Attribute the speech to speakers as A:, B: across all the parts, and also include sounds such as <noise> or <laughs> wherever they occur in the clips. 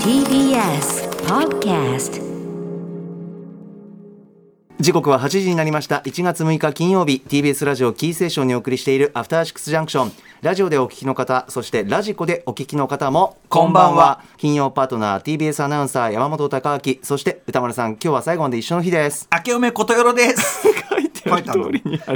A: TBS Podcast
B: 時刻は8時になりました1月6日金曜日 TBS ラジオキーステーションにお送りしているアフターシックスジャンクションラジオでお聞きの方そしてラジコでお聞きの方も
C: こんばんは
B: 金曜パートナー TBS アナウンサー山本貴明そして歌丸さん今日は最後まで一緒の日です
C: 明けおめことよろです。
B: 書いて
C: 書いたんだ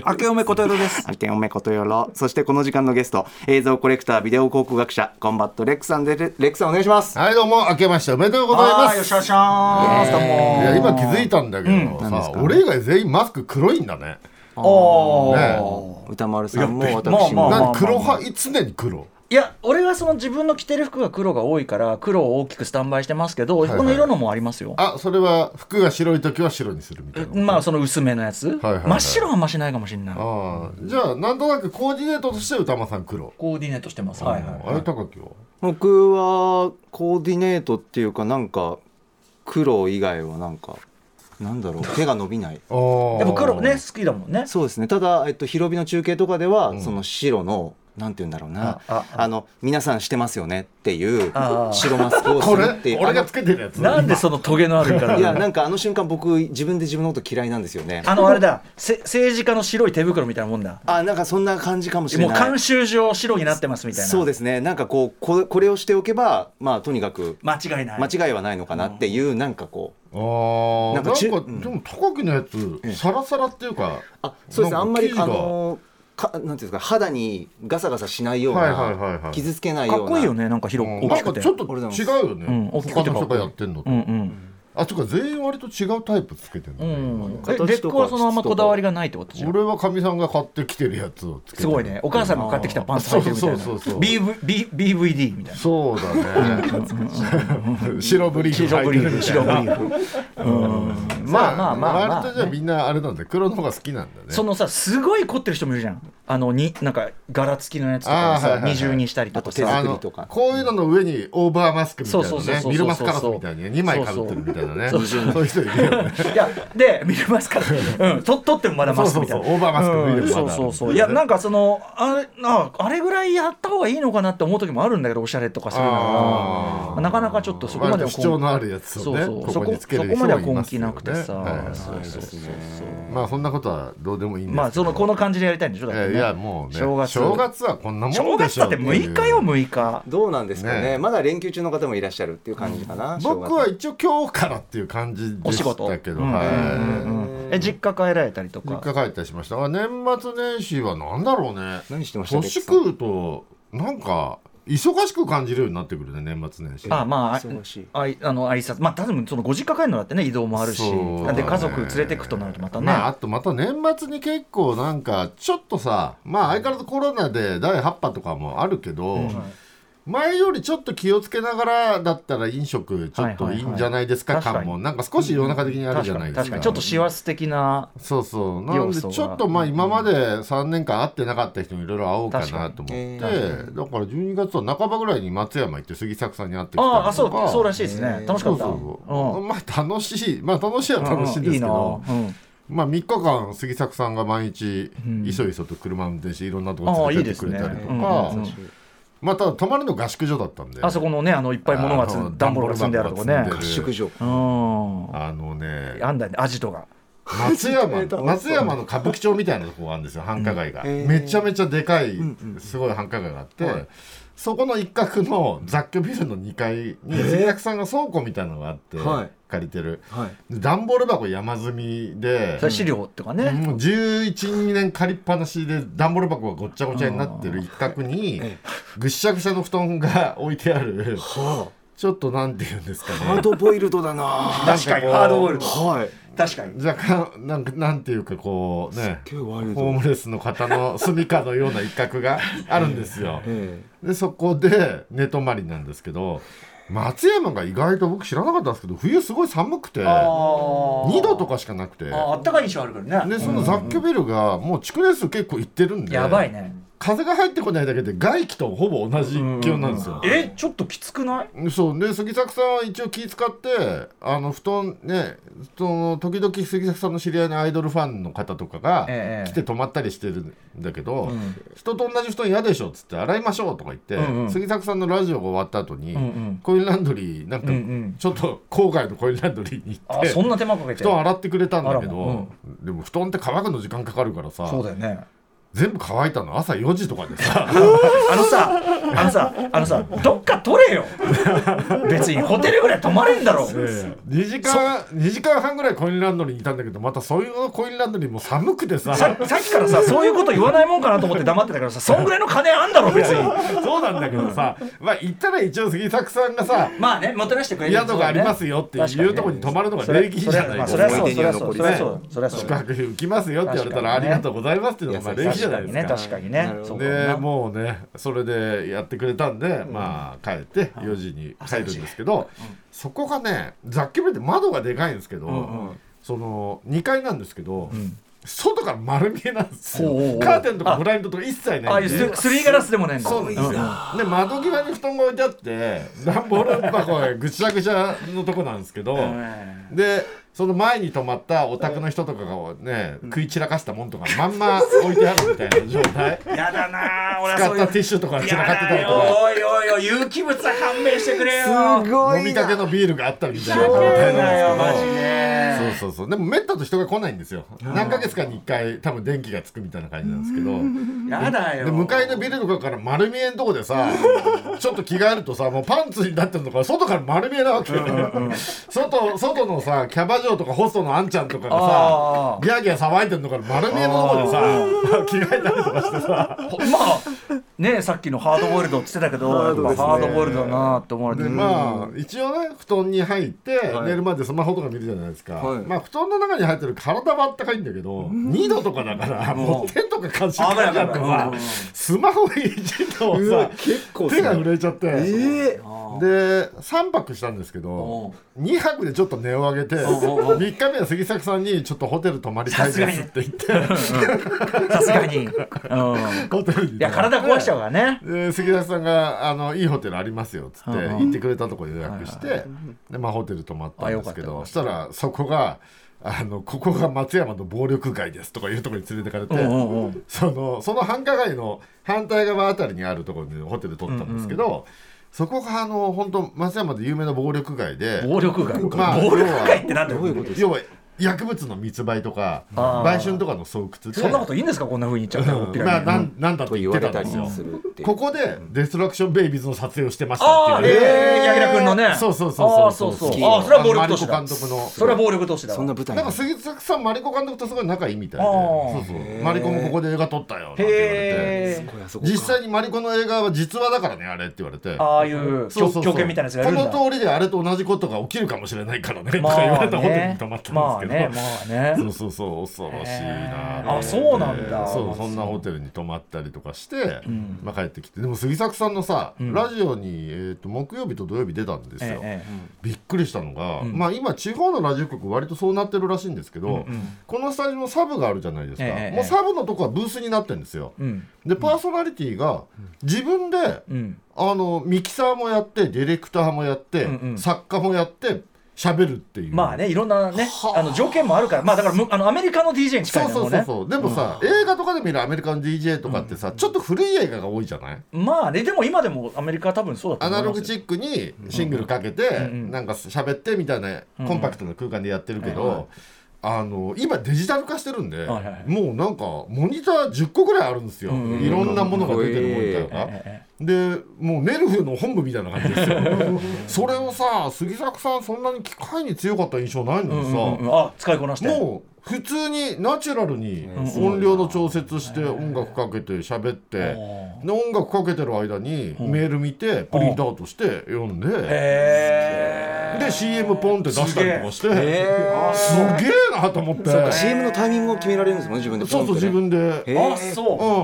C: 明けおめことよろです。
B: 明けおめことよろそしてこの時間のゲスト映像コレクタービデオ考古学者コンバットレックさんでレックさんお願いします
D: はいどうも明けましておめでとうござい
C: あ
D: ま
C: ーよっ
D: す
C: しゃよっしゃーどう
D: い
C: も
D: や今気づいたんだけど、さ俺以外全員マスク黒いんだね
C: おー
D: ね
B: 歌丸さんも
C: まあ
B: 私
C: まあ
B: も
C: まあ
D: なんで黒派常に黒
E: いや俺はその自分の着てる服が黒が多いから黒を大きくスタンバイしてますけど、この色のもありますよ
D: あそれは服が白い時は白にするみたいな
E: まあその薄めのやつ、
D: はいはい
E: 真っ白はあんましないかもしれない
D: あーじゃあなんとなくコーディネートとして歌間さん黒
E: コーディネートしてますはいはい
D: あれ高木は
B: 僕はコーディネートっていうかなんか黒以外はなんかなん
E: <laughs>
B: だろう手が伸びない
D: あー
E: でも黒ね好きだもんね
B: そうですねただ、えっと、広火の中継とかでは、その白のなんて言うんだろうなあ
E: あ
B: の皆さんしてますよねっていう
E: あ
B: 白マスクをす
D: こ
B: る
D: れ
B: っていう
E: <laughs>
D: 俺が
B: あ
D: つけてるやつ
E: なんでそのトゲのあるか
B: の
E: ら
B: いやなんかあの瞬間僕自分で自分のこと嫌いなんですよね
E: あのあれだせ政治家の白い手袋みたいなもんだ
B: あなんかそんな感じかもしれ
E: もう
B: ない
E: 慣習上白になってますみたいな
B: そうですねなんかこうここれをしておけばまあとにかく
E: 間違いない
B: 間違いはないのかなっていう、なんかこう
D: あ
B: な
D: ーなん
B: か
D: んか
B: 中
D: でも高木のやつサラサラっていうか
B: あそうですねあんまり
D: な
B: あ
D: か生地が
B: のかなんていうんですか肌にガサガサしないよう
D: はいはいはい
B: な
D: はい
B: 傷つけないような
E: かっこいいよねなんか広
D: うん
E: く大
D: なん
E: きく
D: か
E: て
D: ちょっと
B: ありがとうござ
D: 違
B: います
D: うよね、
E: うん大きくて
D: 他の人がやってんのと、
E: うんうん
D: あとか全員割と違うタイプつけてるんだ
E: う
D: ね、
E: ん、
B: 形
E: え
B: とか
E: 劣化はそのあんまこだわりがないってことじゃん
D: 俺はかみさんが買ってきてるやつをつけてる
E: すごいねお母さんが買ってきたパンツ履いてるみたいな
D: そうそうそうそう
E: BV B BVD みたいな
D: そうだね白ブリーフ
E: 白
D: 履い
E: ブ
D: て
E: リ
D: る
E: ー
D: み
E: フ
D: たいな
E: 白ブリーフうんまあまあまあまあ
D: 割とじゃあみんなあれなんだよ黒の方が好きなんだね
E: そのさすごい凝ってる人もいるじゃんあのになんか柄付きのやつとかを
D: あーはい
E: さ
D: はいはい
E: 二重にしたりとか
B: あと手
E: さ
D: あ
B: 作
D: の
B: りとか
D: こういうのの上にオーバーマスクみたいな
E: そうそうそう
D: ね
E: そう
D: ミルマスカラスみたいに2枚かぶってるみたいなねそういう人いるよね
E: いやで見れますから、うん、と取ってもまだマスクみたいな
D: そうそうそうオーバーマスクの
E: うん
D: 見れば
E: そ
D: ま
E: う
D: だ
E: そうそういやなんかそのあれああれぐらいやった方がいいのかなって思う時もあるんだけどおしゃれとかそういうの
D: あー
E: がなかなかちょっとそこま
D: 割
E: で
D: と
E: は
D: 主張のあるやつをね
E: そうそう
D: ここにつける
E: そこそこま
D: 人
E: ではい
D: も
E: 根
D: ます
E: 気
D: よね
E: なくてさ、
D: はい
E: そうそうそうそう
D: まあそんなことはどうでもいいんですけど
E: まあそのこの感じでやりたいんでしょだから、
D: え
E: ね、
D: ーいやもうね
E: 正月
D: 正月はこんなもんでしょ
E: 正月だって
D: いう
E: 6日よ6日
B: どうなんですかね
D: ね
B: まだ連休中の方もいらっしゃるっていう感じかな、
D: 僕は一応今日からっていう感じで
E: お仕
D: し
E: 事
D: たけど、
E: うん
D: はい。
E: え実家帰られたりと
D: 実
E: か
D: 家帰ったりしましたが年末年始はなんだろうね
B: 何してました
D: 年食うとなんか忙しく感じるようになってくるね年末年始
E: あまあ
B: 忙しい
E: あいあの挨拶まあ多分そのご実家帰るのだってね移動もあるし、
D: そうだ
E: で
D: ね
E: 家族連れてくとなるとまたね、
D: まあ、あとまた年末に結構なんかちょっとさまあ相変わらずコロナで第8波とかもあるけど、前よりちょっと気をつけながらだったら飲食ちょっといいんじゃないですか
E: はいはいはい
D: 感もなんか少し世の中的にある
E: 確
D: じゃ
E: か
D: ない
E: に
D: で
E: 確
D: すか
E: かにちょっと師走的な
D: そうそうなん
E: 要
D: で
E: 素が
D: ちょっとまあ今まで3年間会ってなかった人もいろいろ会おうか
E: 確か
D: な
E: に
D: と思って、
B: えー
D: だから12月の半ばぐらいに松山行って杉作さんに会ってきたりと
E: あ
D: か
E: あそうそうらしいです
B: え
E: ね
B: ー
E: 楽しか
D: そ
E: っ
D: う
E: た
D: そうまあ楽しいまあ楽しいは楽しいんですけど、
E: うんうんいいな
D: まあ3日間杉作さんが毎日
E: うん
D: いそいそと車運転していろんなと
E: あ
D: こ
E: あ
D: 連
E: いい
D: れ
E: で
D: てっ
E: す
D: てくれ
E: ね
D: たりと
E: うん
D: か
E: うんうん
D: まあただ泊まるの合宿所だったんで
E: うんあそこのねあのいっぱい物がつ
D: あの
E: 段ボールが積んであるとこね
D: 段ボール
B: 合宿所
E: うん
D: あのね
E: あんだねアジトが
B: <laughs>
D: 松山の松山の歌舞伎町みたいなとこがあるんですよ繁華街が、
B: へー
D: めちゃめちゃでかい、すごい繁華街があって、そこの一角の雑居ビルの2階に製薬さんが倉庫みたいなのがあって、
B: はい
D: 借りてる
B: はい
D: で段ボール箱山積みで
E: それ資料とかね、
D: もう112年借りっぱなしで段ボール箱がごっちゃごちゃになってる一角に
B: え
D: ぐっしゃぐしゃの布団が置いてある
B: は
D: ちょっとなんて言うんですか
B: あハー
D: ね
B: ドボイルドだな
E: 確かにハードボールド
B: はい
E: 確かに
D: 若干なんかなんていうかこうね
B: 結構ワイル
D: ホー
B: ド
D: ムレスの方の住処のような一角があるんですよ。
B: え
D: でそこで寝泊まりなんですけど松山が意外と僕知らなかったんですけど冬すごい寒くて2度とかしかなくて
E: ああったかい印象あるからね
D: でその雑居ビルがもう築年数結構いってるんで
E: やばいね
D: 風が入ってこないだけで外気とほぼ同じ気温なんですよ。
E: えちょっときつくない
D: そうで杉作さんは一応気使ってあの布団ねその時々杉作さんの知り合いのアイドルファンの方とかが
E: ええ
D: 来て泊まったりしてるんだけど、人と同じ布団嫌でしょっつって洗いましょうとか言って、
E: うんうん
D: 杉作さんのラジオが終わった後に、
E: うんうん
D: コインランドリーなんか
E: うんうん
D: ちょっと郊外のコインランドリーに行っ
E: あ
D: て、
E: そんな手間かけて
D: 布団洗ってくれたんだけ
E: あら
D: ど
E: も、
D: でも布団って乾くの時間かかるからさ
E: そうだよね
D: 全部乾いたの朝4時とかでさ。
E: <laughs> あのさあのさあのさどっか取れよ別にホテルぐらい泊まれんだろ
D: 2時間二時間半ぐらいコインランドリーにいたんだけどまたそういうコインランドリーも寒くてさ
E: ささっきからさそういうこと言わないもんかなと思って黙ってたからさそんぐらいの金あんだろ別に
D: そうなんだけどさまあ行ったら一応杉作さんがさ
E: まあねもてなしてくれる
D: 宿がありますよって
E: 確か
D: い
E: に
D: う
E: ね
D: とこに泊まるのが
E: それ
D: 礼儀じゃない
E: まあ
D: です
E: それ
D: か
E: はそうそれはそう
B: 思い出
E: そ
B: には
E: れはそうそれはそう
D: 宿泊費浮きますよって言われたらありがとうございますっていうのがまあ礼儀じ
E: 確
D: ゃな
E: か
D: い
E: に
D: で
E: ね
D: すか。
E: 確かにねそうだ
D: で
E: な
D: もうねそれでやってくれたんで、まあ帰って4時に帰るんですけど、そこがねざっきり言って窓がでかいんですけど、その2階なんですけど、外から丸見えなんですよ
E: おうおうおう
D: カーテンとかブラインドとか一切
E: ああ
D: ないい
E: うんス
D: で。
E: スリーガラスでもないんだ
D: そうなんですよで窓際に布団が置いてあって段ボール箱がぐちゃぐちゃのとこなんですけど、
E: うん
D: でその前に泊まったお宅の人とかがね、食い散らかしたもんとかまんま置いてあるみたいな状態 <laughs>
E: やだなあ俺は
D: 使
E: そう
D: っ
E: いう
D: たティッシュとか散らかってたり
E: やだ
D: と
E: よ
D: か。
E: おいおいおい有機物は勘弁してくれよ
B: すご
D: 飲み
B: い
D: か
B: な
D: けのビールがあったみたいな状
E: だ
D: 態
E: よ
D: な
E: マ
D: ん
E: ジ
D: ですけど
E: で
D: そうそうそうでもめったと人が来ないんですよ何ヶ月かに1回多分電気がつくみたいな感じなんですけど
E: やだよ
D: で向かいのビルとかから丸見えのとこでさちょっと着替えるとさもうパンツになってるのから外から丸見えなわけよ外外のさキャバ嬢とかホストのあんちゃんとかがさ
E: あ
D: ギャーギャー騒いでるのから丸見えのとこでさ着替えたりとかしてさ
E: まあねさっきのハードボイルドって言ってたけどやっぱハードボイルドだなって思われて
D: でまあ一応ね布団に入って、寝るまでスマホとか見るじゃないですか、
C: はい
D: まあ布団の中に入ってる体はあったかいんだけど、2度とかだから、もう手とか感じてな
E: 危ない
D: ん
E: 危
D: か
E: ない
D: さ
E: うん
D: スマホいじったも
C: うわ
D: さ
C: 結構っすね
D: 手が震えちゃって、
C: ええ
D: で3泊したんですけど2泊でちょっと値を上げて3日目は杉作さんに「ちょっとホテル泊まりたいです」って言って
E: さすがにうん
D: ホテルに
E: いや体壊しちゃうからね
D: で杉田さんがあの「いいホテルありますよ」っつって行ってくれたとこ予約してで、まあ、ホテル泊まったんですけ
E: あよか
D: ど
E: った
D: そしたらそこがあの「ここが松山の暴力街です」とかいうとこに連れてかれて
E: うんうんうん
D: そのその繁華街の反対側あたりにあるところにホテル取ったんですけど、そこがあの本当松山で有名な暴力街で。
E: 暴力街
D: まあ
E: 暴力街ってなんだよ
D: 要は薬物の密売とか
E: あー
D: 売春とかの巣窟で
E: そんなこといいんですかこんな風に言っちゃったらおっぴ
D: ま
E: ら
D: あ
E: に
D: なんなんだと
B: と言
D: 言っ
B: わ
D: て
B: れ
D: た
B: た
D: ん
B: り
D: です
B: す
D: よ。
B: るって
D: ここでデストラクションベイビーズの撮影をしてました
E: あ
D: っ
E: あ
D: ていうね。
E: ええ柳楽君のね
D: えーそうそうそうそう
E: あーそうそう
D: スキー
E: あーそれは暴力都市だ
D: マリコ監督の。
E: それは暴力都市だわ
B: そんな舞台
D: なんか杉作さんマリコ監督とすごい仲いいみたいで、
E: あ
D: そ
E: ー
D: うそう。マリコもここで映画撮ったよなんて言われて。
E: へえ
D: 実際にマリコの映画は実話だからねあれって言われて。
E: ああいう
D: そ
E: 狂
D: うそうそう
E: 狂犬みたいなやつがい
D: こ
E: るんだ
D: の通りであれと同じことが起きるかもしれないからねとか言われたホテルに泊まったんですけど、
E: まあねまあ
D: <laughs> そ
E: ね
D: うそうそう恐ろしい
E: へ
D: な
E: ーあそうなんだ
D: そうそんなホテルに泊まったりとかして、まあ、帰ってきてでも杉作さんのさ、ラジオに、えー、と木曜日と土曜日出たんですよ、
E: えええ
D: びっくりしたのが、まあ今地方のラジオ局割とそうなってるらしいんですけど、このスタジオのサブがあるじゃないですか、
E: ええええ
D: もうサブのとこはブースになってるんですよ、
E: えうん
D: でパーソナリティが自分で、
E: うん
D: あのミキサーもやってディレクターもやって、
E: うんうん
D: 作家もやって喋るっていう
E: まあねいろんなねあの条件もあるからまあだからむあのアメリカの DJ に近いね
D: そうそ
E: も
D: う
E: ね
D: そうそう、でもさ、映画とかで見るアメリカの DJ とかってさ、ちょっと古い映画が多いじゃない
E: まあねでも今でもアメリカは多分そうだと
D: ア
E: 思
D: ナ
E: い
D: ロ
E: ま
D: グ
E: す
D: チ
E: よ
D: ックにシングルかけて、
E: うん
D: なんか喋ってみたいなコンパクトな空間でやってるけど、あの今デジタル化してるんで、
E: はいはい
D: もうなんかモニター10個ぐらいあるんですよ、
E: んうん
D: いろんなものが出てるモニターが、
E: え
D: でもうネルフの本部みたいな感じで
E: <laughs>
D: すよそれをさ杉作さんそんなに機械に強かった印象ないの
E: う
D: にさ、
E: んうんうんあ使いこなして
D: もう普通にナチュラルに音量の調節して音楽かけて喋ってで音楽かけてる間にメール見てプリントアウトして読んで
E: へえ
D: で CM ポンって出したりとかしてすげ
B: え
D: えなと思って
B: ー、CM のタイミングを決められるんですもんね自分で
D: そうそう自
B: ポンってね
D: 分で。
E: あ
B: えー
D: うん、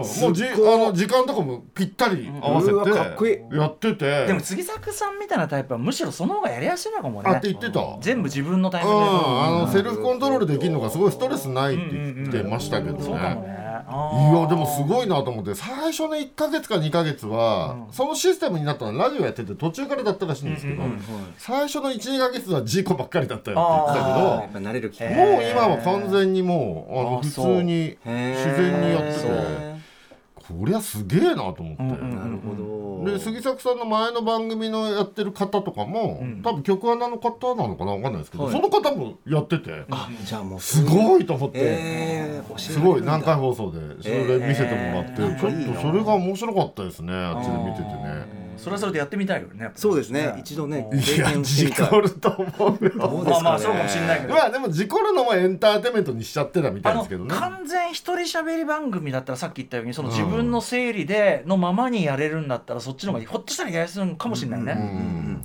E: そう
D: もうじあの時間とかもぴったり合わせ
B: うわかっこい
D: てやってて
E: でも杉作さんみたいなタイプはむしろその方がやりやすいのかも
D: あって
E: ね
D: 言ってた
E: 全部自分のタイ
D: う
E: ミングで
D: ん、あのセルフコントロールできるのがすごいストレスないって言ってましたけど
E: そうかも
D: ね。
E: ね
D: いやでもすごいなと思って最初の1か月か2か月は、そのシステムになったのはラジオやってて途中からだったらしいんですけど、最初の12か月は事故ばっかりだったよって言って
B: あや
D: た
B: っぱ慣れる機
D: け
B: 会
D: どもう今は完全にもうあの
C: あ
D: 普通
C: そう
D: に自然にやっててこりゃすげえなと思って。
C: うん
B: なるほど
D: で杉作さんの前の番組のやってる方とかも、多分局アナの方なのかなわかんないですけど、
B: はい
D: その方もやってて
B: あじゃあもう
D: すごいと思って、
B: えー教えられるんだ
D: すごい何回放送でそれ見せてもらって、
B: えー
D: ちょっとそれが面白かったですねあっちで見ててね。
E: それはそれでやってみたいよね
B: そうですね一度ね
D: い
B: 経
D: や
B: 験して
D: 事
B: みたい
D: 故ると思うよ
B: どうで
E: ますあま
B: か
E: あそうかもしれないけど
D: まあでも事故るのもエンターテインメントにしちゃってたみたい
E: あ
D: で
E: の
D: すけどね
E: 完全一人喋り番組だったらさっき言ったようにその自分の整理でのままにやれるんだったらそっちの方がほっとしたらやりするのかもしれないね。うん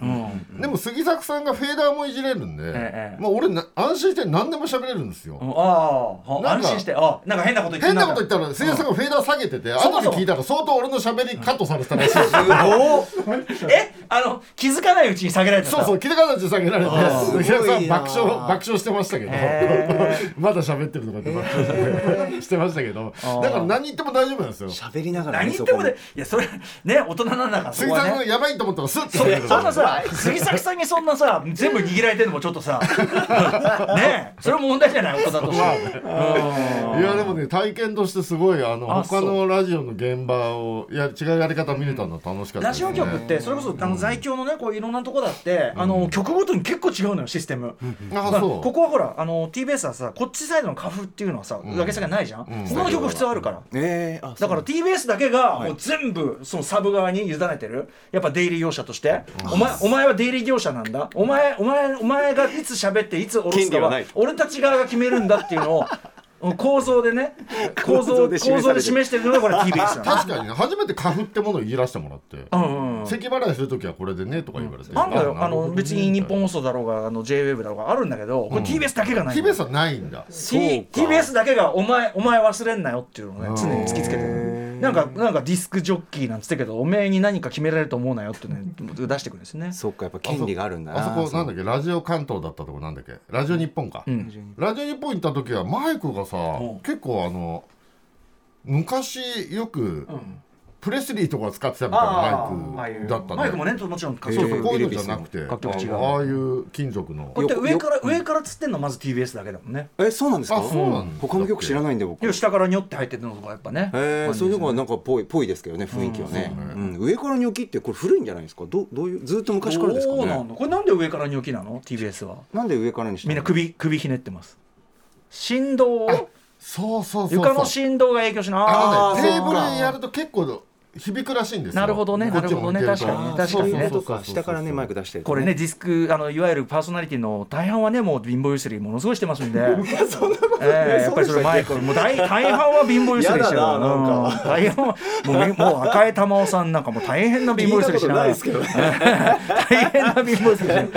D: でも杉作さんがフェーダーもいじれるんで、
E: ええ
D: まあ、俺な安心して何でも喋れるんですよ、
E: うんああ
D: な
E: 安
D: んか
E: 心してあなんか変なこと言って
D: 変
E: る
D: なこと言ったら杉作さんがフェーダー下げてて、後で聞いたら相当俺の喋りカットされてたらしいし、
E: えあの気づかないうちに下げられてた
D: そうそう切れ方で下げられて杉作さん爆笑爆笑してましたけど、
E: へ
D: <laughs> まだ喋ってるとかって爆笑してして
E: <laughs>
D: ましたけどだから何言っても大丈夫なんですよ
B: 喋りながらね
E: 何言っても
B: そ
E: ね
B: こ
E: いやそれね大人なんだからそ
D: 杉
E: こ
D: 作さん
E: は
D: が
E: ね
D: やばいと思ったらスッて
E: そ
D: 下
E: う
D: げ
E: そ
D: る
E: んなさ杉崎さんにそんなさ全部握られてるのもちょっとさ <laughs> ねえそれも問題じゃない大人として。うん
D: いやでもね体験としてすごいあの
E: あ
D: 他のラジオの現場をや違うやり方見れたの楽しかった
E: ラ
D: で
E: ジ
D: すね
E: オ局ってそれこそあの在京のねこういろんなとこだって、あの曲ごとに結構違うのよシステム、だか
D: あ
E: ら
D: そう
E: ここはほらあの TBS はさこっちサイドの花粉っていうのはさ上げ下げないじゃん、
D: ん
E: ここの曲普通あるから、
B: えーあ
E: だから TBS だけがもう全部そのサブ側に委ねてるやっぱ出入り業者としてお前お前は出入り業者なんだお前お前お前がいつ喋っていつ下ろ
B: 権
E: すか
B: 利は
E: は
B: ない
E: 俺たち側が決めるんだっていうのをうん構造でね構造
B: 構造で示されてる
E: 構造で示してるのがこれ TBS な
D: <laughs>
E: んだ
D: 確かにね初めて花粉ってものをいじらせてもらって、
E: うんうん
D: 咳払いするときはこれでねとか言われて、
E: あんだよ、あ
D: なるほど
E: の
D: ね
E: 別に日本放送だろうが、あの J-WAVE だろうがあるんだけど、これ TBS だけがないの。
D: TBS はないんだ
E: T- TBS だけがお前、お前忘れんなよっていうのをね、常に突きつけて
B: へ
E: る。なんか、なんかディスクジョッキーなんつってたけど、おめえに何か決められると思うなよってね、出してくるんですね。
B: そっかやっぱ権利があるんだな
D: あそこなんだ
B: っ
D: っけラジオ関東だったとこなんだっけラジオ日本か、
E: ん
D: ラジオ日本行った時はマイクがさ、
E: うん
D: 結構あの昔よく、
E: ん
D: プレスリーとか使ってたみたいなマイクだったん
E: マイクもね、もちろん、
B: え
D: そう
B: ー
D: そうこういうのじゃなくて
E: ビリビリする楽曲違う
D: あのああいう金属の
E: こうやって上から、上からつってんのはまず TBS だけだもんね。
B: けえそうなんですか
D: あそうなんだ
B: 他の曲知らないんで僕
E: で下からにょって入ってるのとかやっぱね。
B: えー、そういうのがなんかぽいぽいですけどね雰囲気はね,、うん上からニョキってこれ古いんじゃないですかどうどういうずっと昔からですか
E: そうなん
B: ね
E: だ。これなんで上からにょきなの ?TBS は。
B: なんで上からにした
E: みんな
B: の
E: 首、首ひねってます。振動を。
D: そうそうそうそう
E: 床の振動が影響しない。
D: あのね
E: ー
D: テー
E: そう
D: ブル
E: か
D: でやると結構響くらしいんですよ
E: なるほどね
D: こっちも向けると
E: なるほどね
B: あー
E: 確かにね
B: そういうこと
D: そうそうそう
B: か
D: そう
B: 下からねマイク出してると
E: これねディスクあのいわゆるパーソナリティの大半はねもう貧乏ゆすりものすごいしてます
B: <laughs>
E: んでええやっぱりそれマイクもう大大半は貧乏ゆすりしてる
B: やだな
E: うん
B: なん
E: 大半はもうみもう赤江玉緒さんなんかもう大変な貧乏ゆすりし
B: 聞い
E: て
B: たことない
E: <laughs>
B: ですけどね
E: 大変な貧乏ゆすりしてる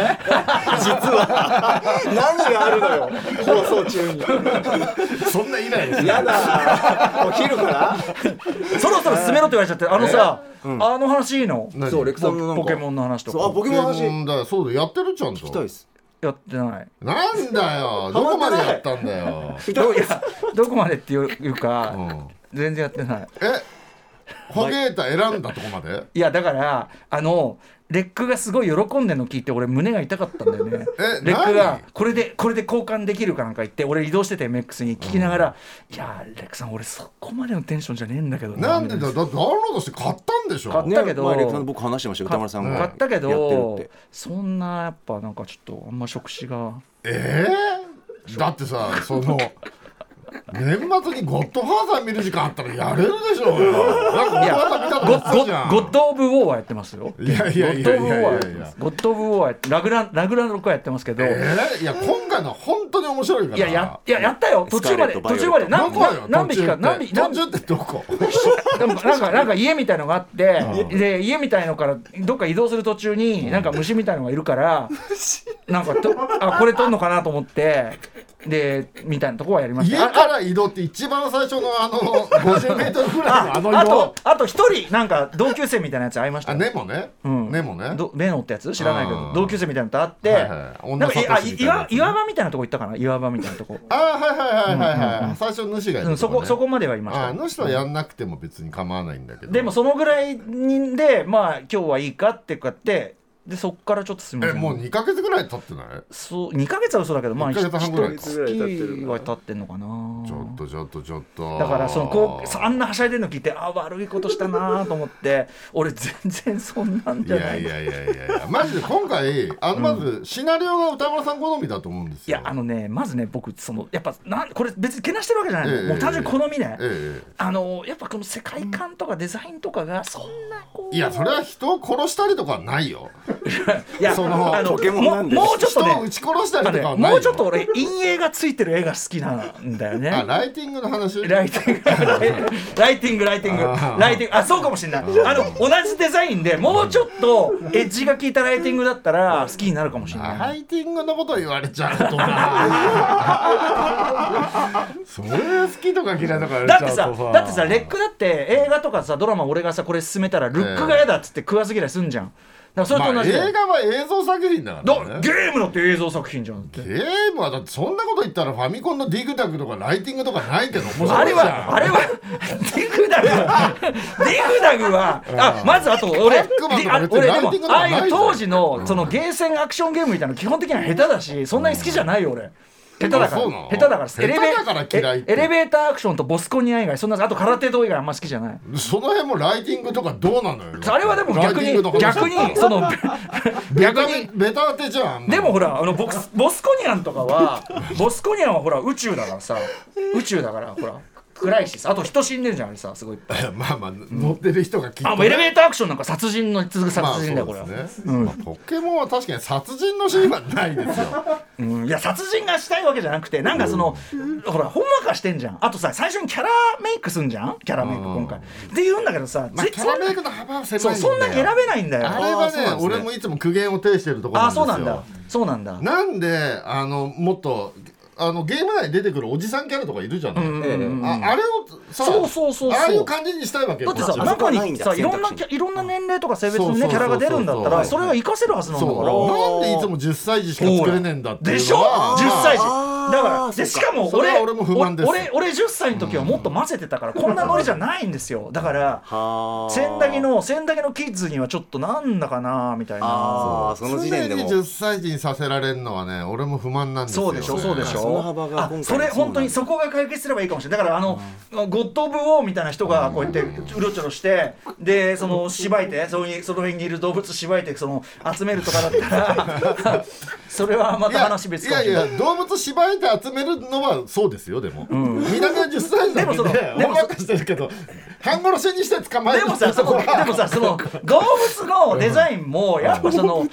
B: 何があるのよ放送中に
D: そんなイライラしない
B: やだお昼から
E: そろそろ進めろって言われちゃってあのさ、あの話いいの
D: 何
B: そうレクさんのなんか
E: ポケモンの話と
B: そうあ
E: か
B: ポケモンの話
D: ポケ
B: 聞
D: モンだよそうだよやってるちゃんと
B: きたいです
E: やってない
D: なんだよどこまでやったんだよ、
E: どういやどこまでっていういう
D: う
E: か
D: ん、
E: 全然やってない
D: えホゲータ選んだとこまで
E: いやだからあのレックがすごい喜んでるの聞いて俺胸が痛かったんだよね
D: <laughs> え
E: レック
D: 何
E: がこれでこれで交換できるかなんか言って俺移動してて MX に聞きながら、いやーレックさん俺そこまでのテンションじゃねえんだけど
D: なんでだ
E: み
D: よだってダウンロードして買ったんでしょ
E: 買ったけど
B: ね前レクさんと僕話してましたよ歌丸さ
E: たい
B: ん
E: な
B: が
E: 買ったけ
B: やってるっ
E: ど
B: て
E: そんなやっぱなんかちょっとあんま触手が
D: ええだってさその年末にゴッドファーザー見る時間あったらやれるでしょうよなんかゴッドファーザ
E: ゴゴ
D: ー見たと思ってたじゃん
E: ゴッド・オブ・ウォーはやってますよ
D: いやい
E: ゴ
D: や
E: ッ
D: い
E: ド・オ
D: や
E: ブ・
D: い
E: ウォー
D: や
E: はいやっ
D: や
E: て
D: い
E: ま
D: や
E: すゴッド・オブ・ウォーはやってラグランラグランロックはやってますけど、
D: えー、いや今回のは本当に面白いから
E: いややいややったよ途中まで
B: エスカレ
E: 途
B: ート
E: 中まで
D: ど
E: 何
D: こよ
E: 何何匹か何匹
D: 途中って
E: 何
D: 途中ってどこ
E: でもなんかなんか家みたいのがあって、で家みたいのからどっか移動する途中になんか虫みたいのがいるからなんかとあこれ撮んのかなと思ってでみたいなとこはやりまし
D: 家
E: たあ
D: から移動って一番最初のあの50メートルぐらいのあの移動
E: あとあと一人なんか同級生みたいなやつ会いました
D: あ
E: よ
D: 根もね、
E: ん
D: 根もね
E: どレノってやつ知らないけど
D: うん
E: 同級生みたいなのと会って、
D: はいはい
E: なんかいあい岩
D: 女サトシみたいなやつね
E: 岩場みたいなとこ行ったかな岩場みたいなとこ、
D: ああはいはいはいはいはい、最初主がいるとね
E: うん、そこそこまでは言いまし
D: あ
E: た
D: の人はやんなくても別に構わないんだけど
E: でもそのぐらいにでまあ今日はいいかってかってでそっからちょっとすみま
D: え
E: せん
D: もう2か月ぐらい経ってない
E: そう2ヶ月は嘘だけどまあ
D: 一ヶ月半ぐらいか
E: 月は経ってんのかな
D: ちょっとちょっとちょっと
E: だからそのこうあんなはしゃいでるの聞いてあ悪いことしたなと思って <laughs> 俺全然そんなん
D: い
E: じゃな
D: や
E: い
D: い
E: いや
D: やいやいやいやマジで今回あのまずシナリオが歌丸さん好みだと思うんですよ
E: あのねまずね僕そのやっぱなんこれ別にけなしてるわけじゃないの、
D: ええ
E: もう単純に好みね、
D: ええ
E: あのやっぱこの世界観とかデザインとかがそんなこう
D: いやそれは人を殺したりとかはないよ
E: いや
D: その
E: あの
B: ポケモンなんで
E: もうもうちょっと
D: 人を
E: ね
D: 撃ち殺したり
E: あ
D: と
E: のね
D: かはないよ
E: もうちょっと俺陰影がついてる絵が好きなんだよね
D: あライティングの話
E: ライティング、 <laughs> ライティング、ライティング、ライティング、あ、そうかもしれない。あの、同じデザインでもうちょっとエッジが効いたライティングだったら、好きになるかもしれ
D: あ
E: な
D: ラ
E: い。
D: イティングのこと言われちゃうとなそれ好きとか嫌いとか言われち
E: だ
D: ゃ
E: ってさ
D: うと、
E: だってさ、レックだって映画とかさ、ドラマ俺がさ、これ進めたら、ルックが嫌だっつって食わず嫌いすんじゃん。だからそれと
D: ま
E: 同
D: あ、
E: じで。
D: 映画は映像作品だから、
E: だ
D: ね、
E: ゲームのって映像作品じゃんって。
D: ゲームはだってそんなこと言ったらファミコンのディグダグとかライティングとかないけど面白いじゃん
E: あれは、あれは、ディグダグは、ディグダグは、あ、まずあと俺、
D: パックマンと
E: で
D: か
E: あ
D: 別に
E: 俺で
D: ライティング
E: も、
D: とか
E: あ
D: な
E: あ
D: いじゃん
E: いう当時の、そのゲーセンアクションゲームみたいなの基本的には下手だし、そんなに好きじゃないよ、俺。下手だか
D: あ
E: ら、
D: そうなの
E: 下手だから、
D: 下手だから嫌いって
E: エレベエレベーターアクションとボスコニア以外、そんな、あと空手道以外あんま好きじゃない。
D: その辺もライティングとかどうなのよ
E: あれはでも逆
D: ライティ
E: に
D: ングと、か
E: 逆
D: <laughs>
E: に、その、 <laughs>
D: ベタベタ当てじゃんあんな
E: で
D: の
E: もほらあのボクスボスコニアンとかはボスコニアンはほら宇宙だからさ宇宙だからほら暗いしさあと人死んでるじゃんあれさすごい
D: まあまあ乗ってる人がきっとね、
E: あもうエレベーターアクションなんか殺人の続く殺人だよこれは、
D: まあそうですねまあポケモンは確かに殺人のシーンはないですよ
E: うんいや殺人がしたいわけじゃなくてなんかその、ほらほんわかしてんじゃんあとさ最初にキャラメイクすんじゃんキャラメイク今回って言うんだけどさ、
D: まあ
E: ぜ
D: キャラメイクの幅は狭いんだ
E: そ
D: よ
E: うそんなに選べないんだよ
D: あれはね
B: あーそうなんですね
D: 俺もいつも苦言を呈してるところ
E: ああ
D: なん
E: そ
D: ですよ
E: うなんだそうなんだ
D: なんであのもっとあのゲーム内に出てくるおじさんキャラとかいるじゃない、
E: うんうんうん
D: ああれをさ
E: そうそうそうそう
D: ああいう感じにしたいわけ
E: だ
D: よ
E: って
D: こ
E: さ
D: ちは
E: 中
B: ないん
E: に
B: だ
E: さい
B: 選
E: ろ
B: 択肢
E: んなキャいろんな年齢とか性別
D: そう
E: の
D: そう
E: ね
D: そう
E: キャラが出るんだった
D: はいは
E: ら
D: い
E: それが活かせるはずなんだから
D: そうなんでいつも10歳児しか作れねえんだってい
E: で
D: うのは
E: しょ10歳児
B: あー
E: だからで
B: そ
E: し
B: っか
E: かも
D: それ
E: 俺
D: は俺も不満です
E: お俺俺10歳の時はもっと混ぜてたからこんなノリじゃないんです
D: <laughs>
E: よだから
B: はあ
E: 千駄木の千駄木のキッズにはちょっとなんだかなみたいな
B: ああその時点でも
D: 常に10歳児にさせられるのはね俺も不満なんですよ
E: そうでしょそうでしょ
B: その幅が今
E: あ
B: 回
E: それ本当にそこが解決すればいいかもしれないだからあのゴッド・オブ・ウォーみたいな人がこうやってうろちょろしてでそのしばいてそのその辺にいる動物しばいてその集めるとかだった
D: <laughs>
E: らそれはまた話別かもしれない
D: いやいや動物縛いて集めるのはそうですよでも、見た目は10歳児な
E: で
D: の
E: もその
D: で
E: で
D: お
E: も
D: ばかしてるけど半殺しにして捕まえ
E: で
D: る
E: もさ、その、でもさ、その、動物のデザインも、やっぱその、もっ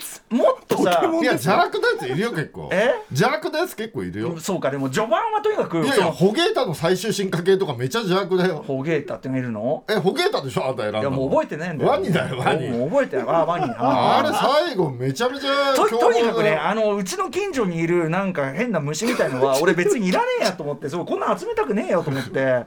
E: とさ、
D: いや邪悪なやついるよ結構
E: え
D: 邪悪なやつ結構いるよ
E: そうか、でも序盤はとにかく、
D: いやい
E: そ
D: や
E: の、
D: ホゲータの最終進化系とかめちゃ邪悪だよ
E: ホゲータっていうのがいるの
D: えホゲータでしょあなた選んだ
E: いや、
D: の
E: もう覚えてないんだよ。
D: ワニだよワニ
E: もう覚えてない。あ、ワニ。
D: あ
E: あ
D: あれ最後めちゃめちゃ
E: と
D: 凶暴
E: とに
D: だよ
E: かくねあのうちの近所にいるなんか変な虫みたいの
D: <laughs>
E: は俺別にいらねえやと思ってそうこんなん集めたくねえよと思って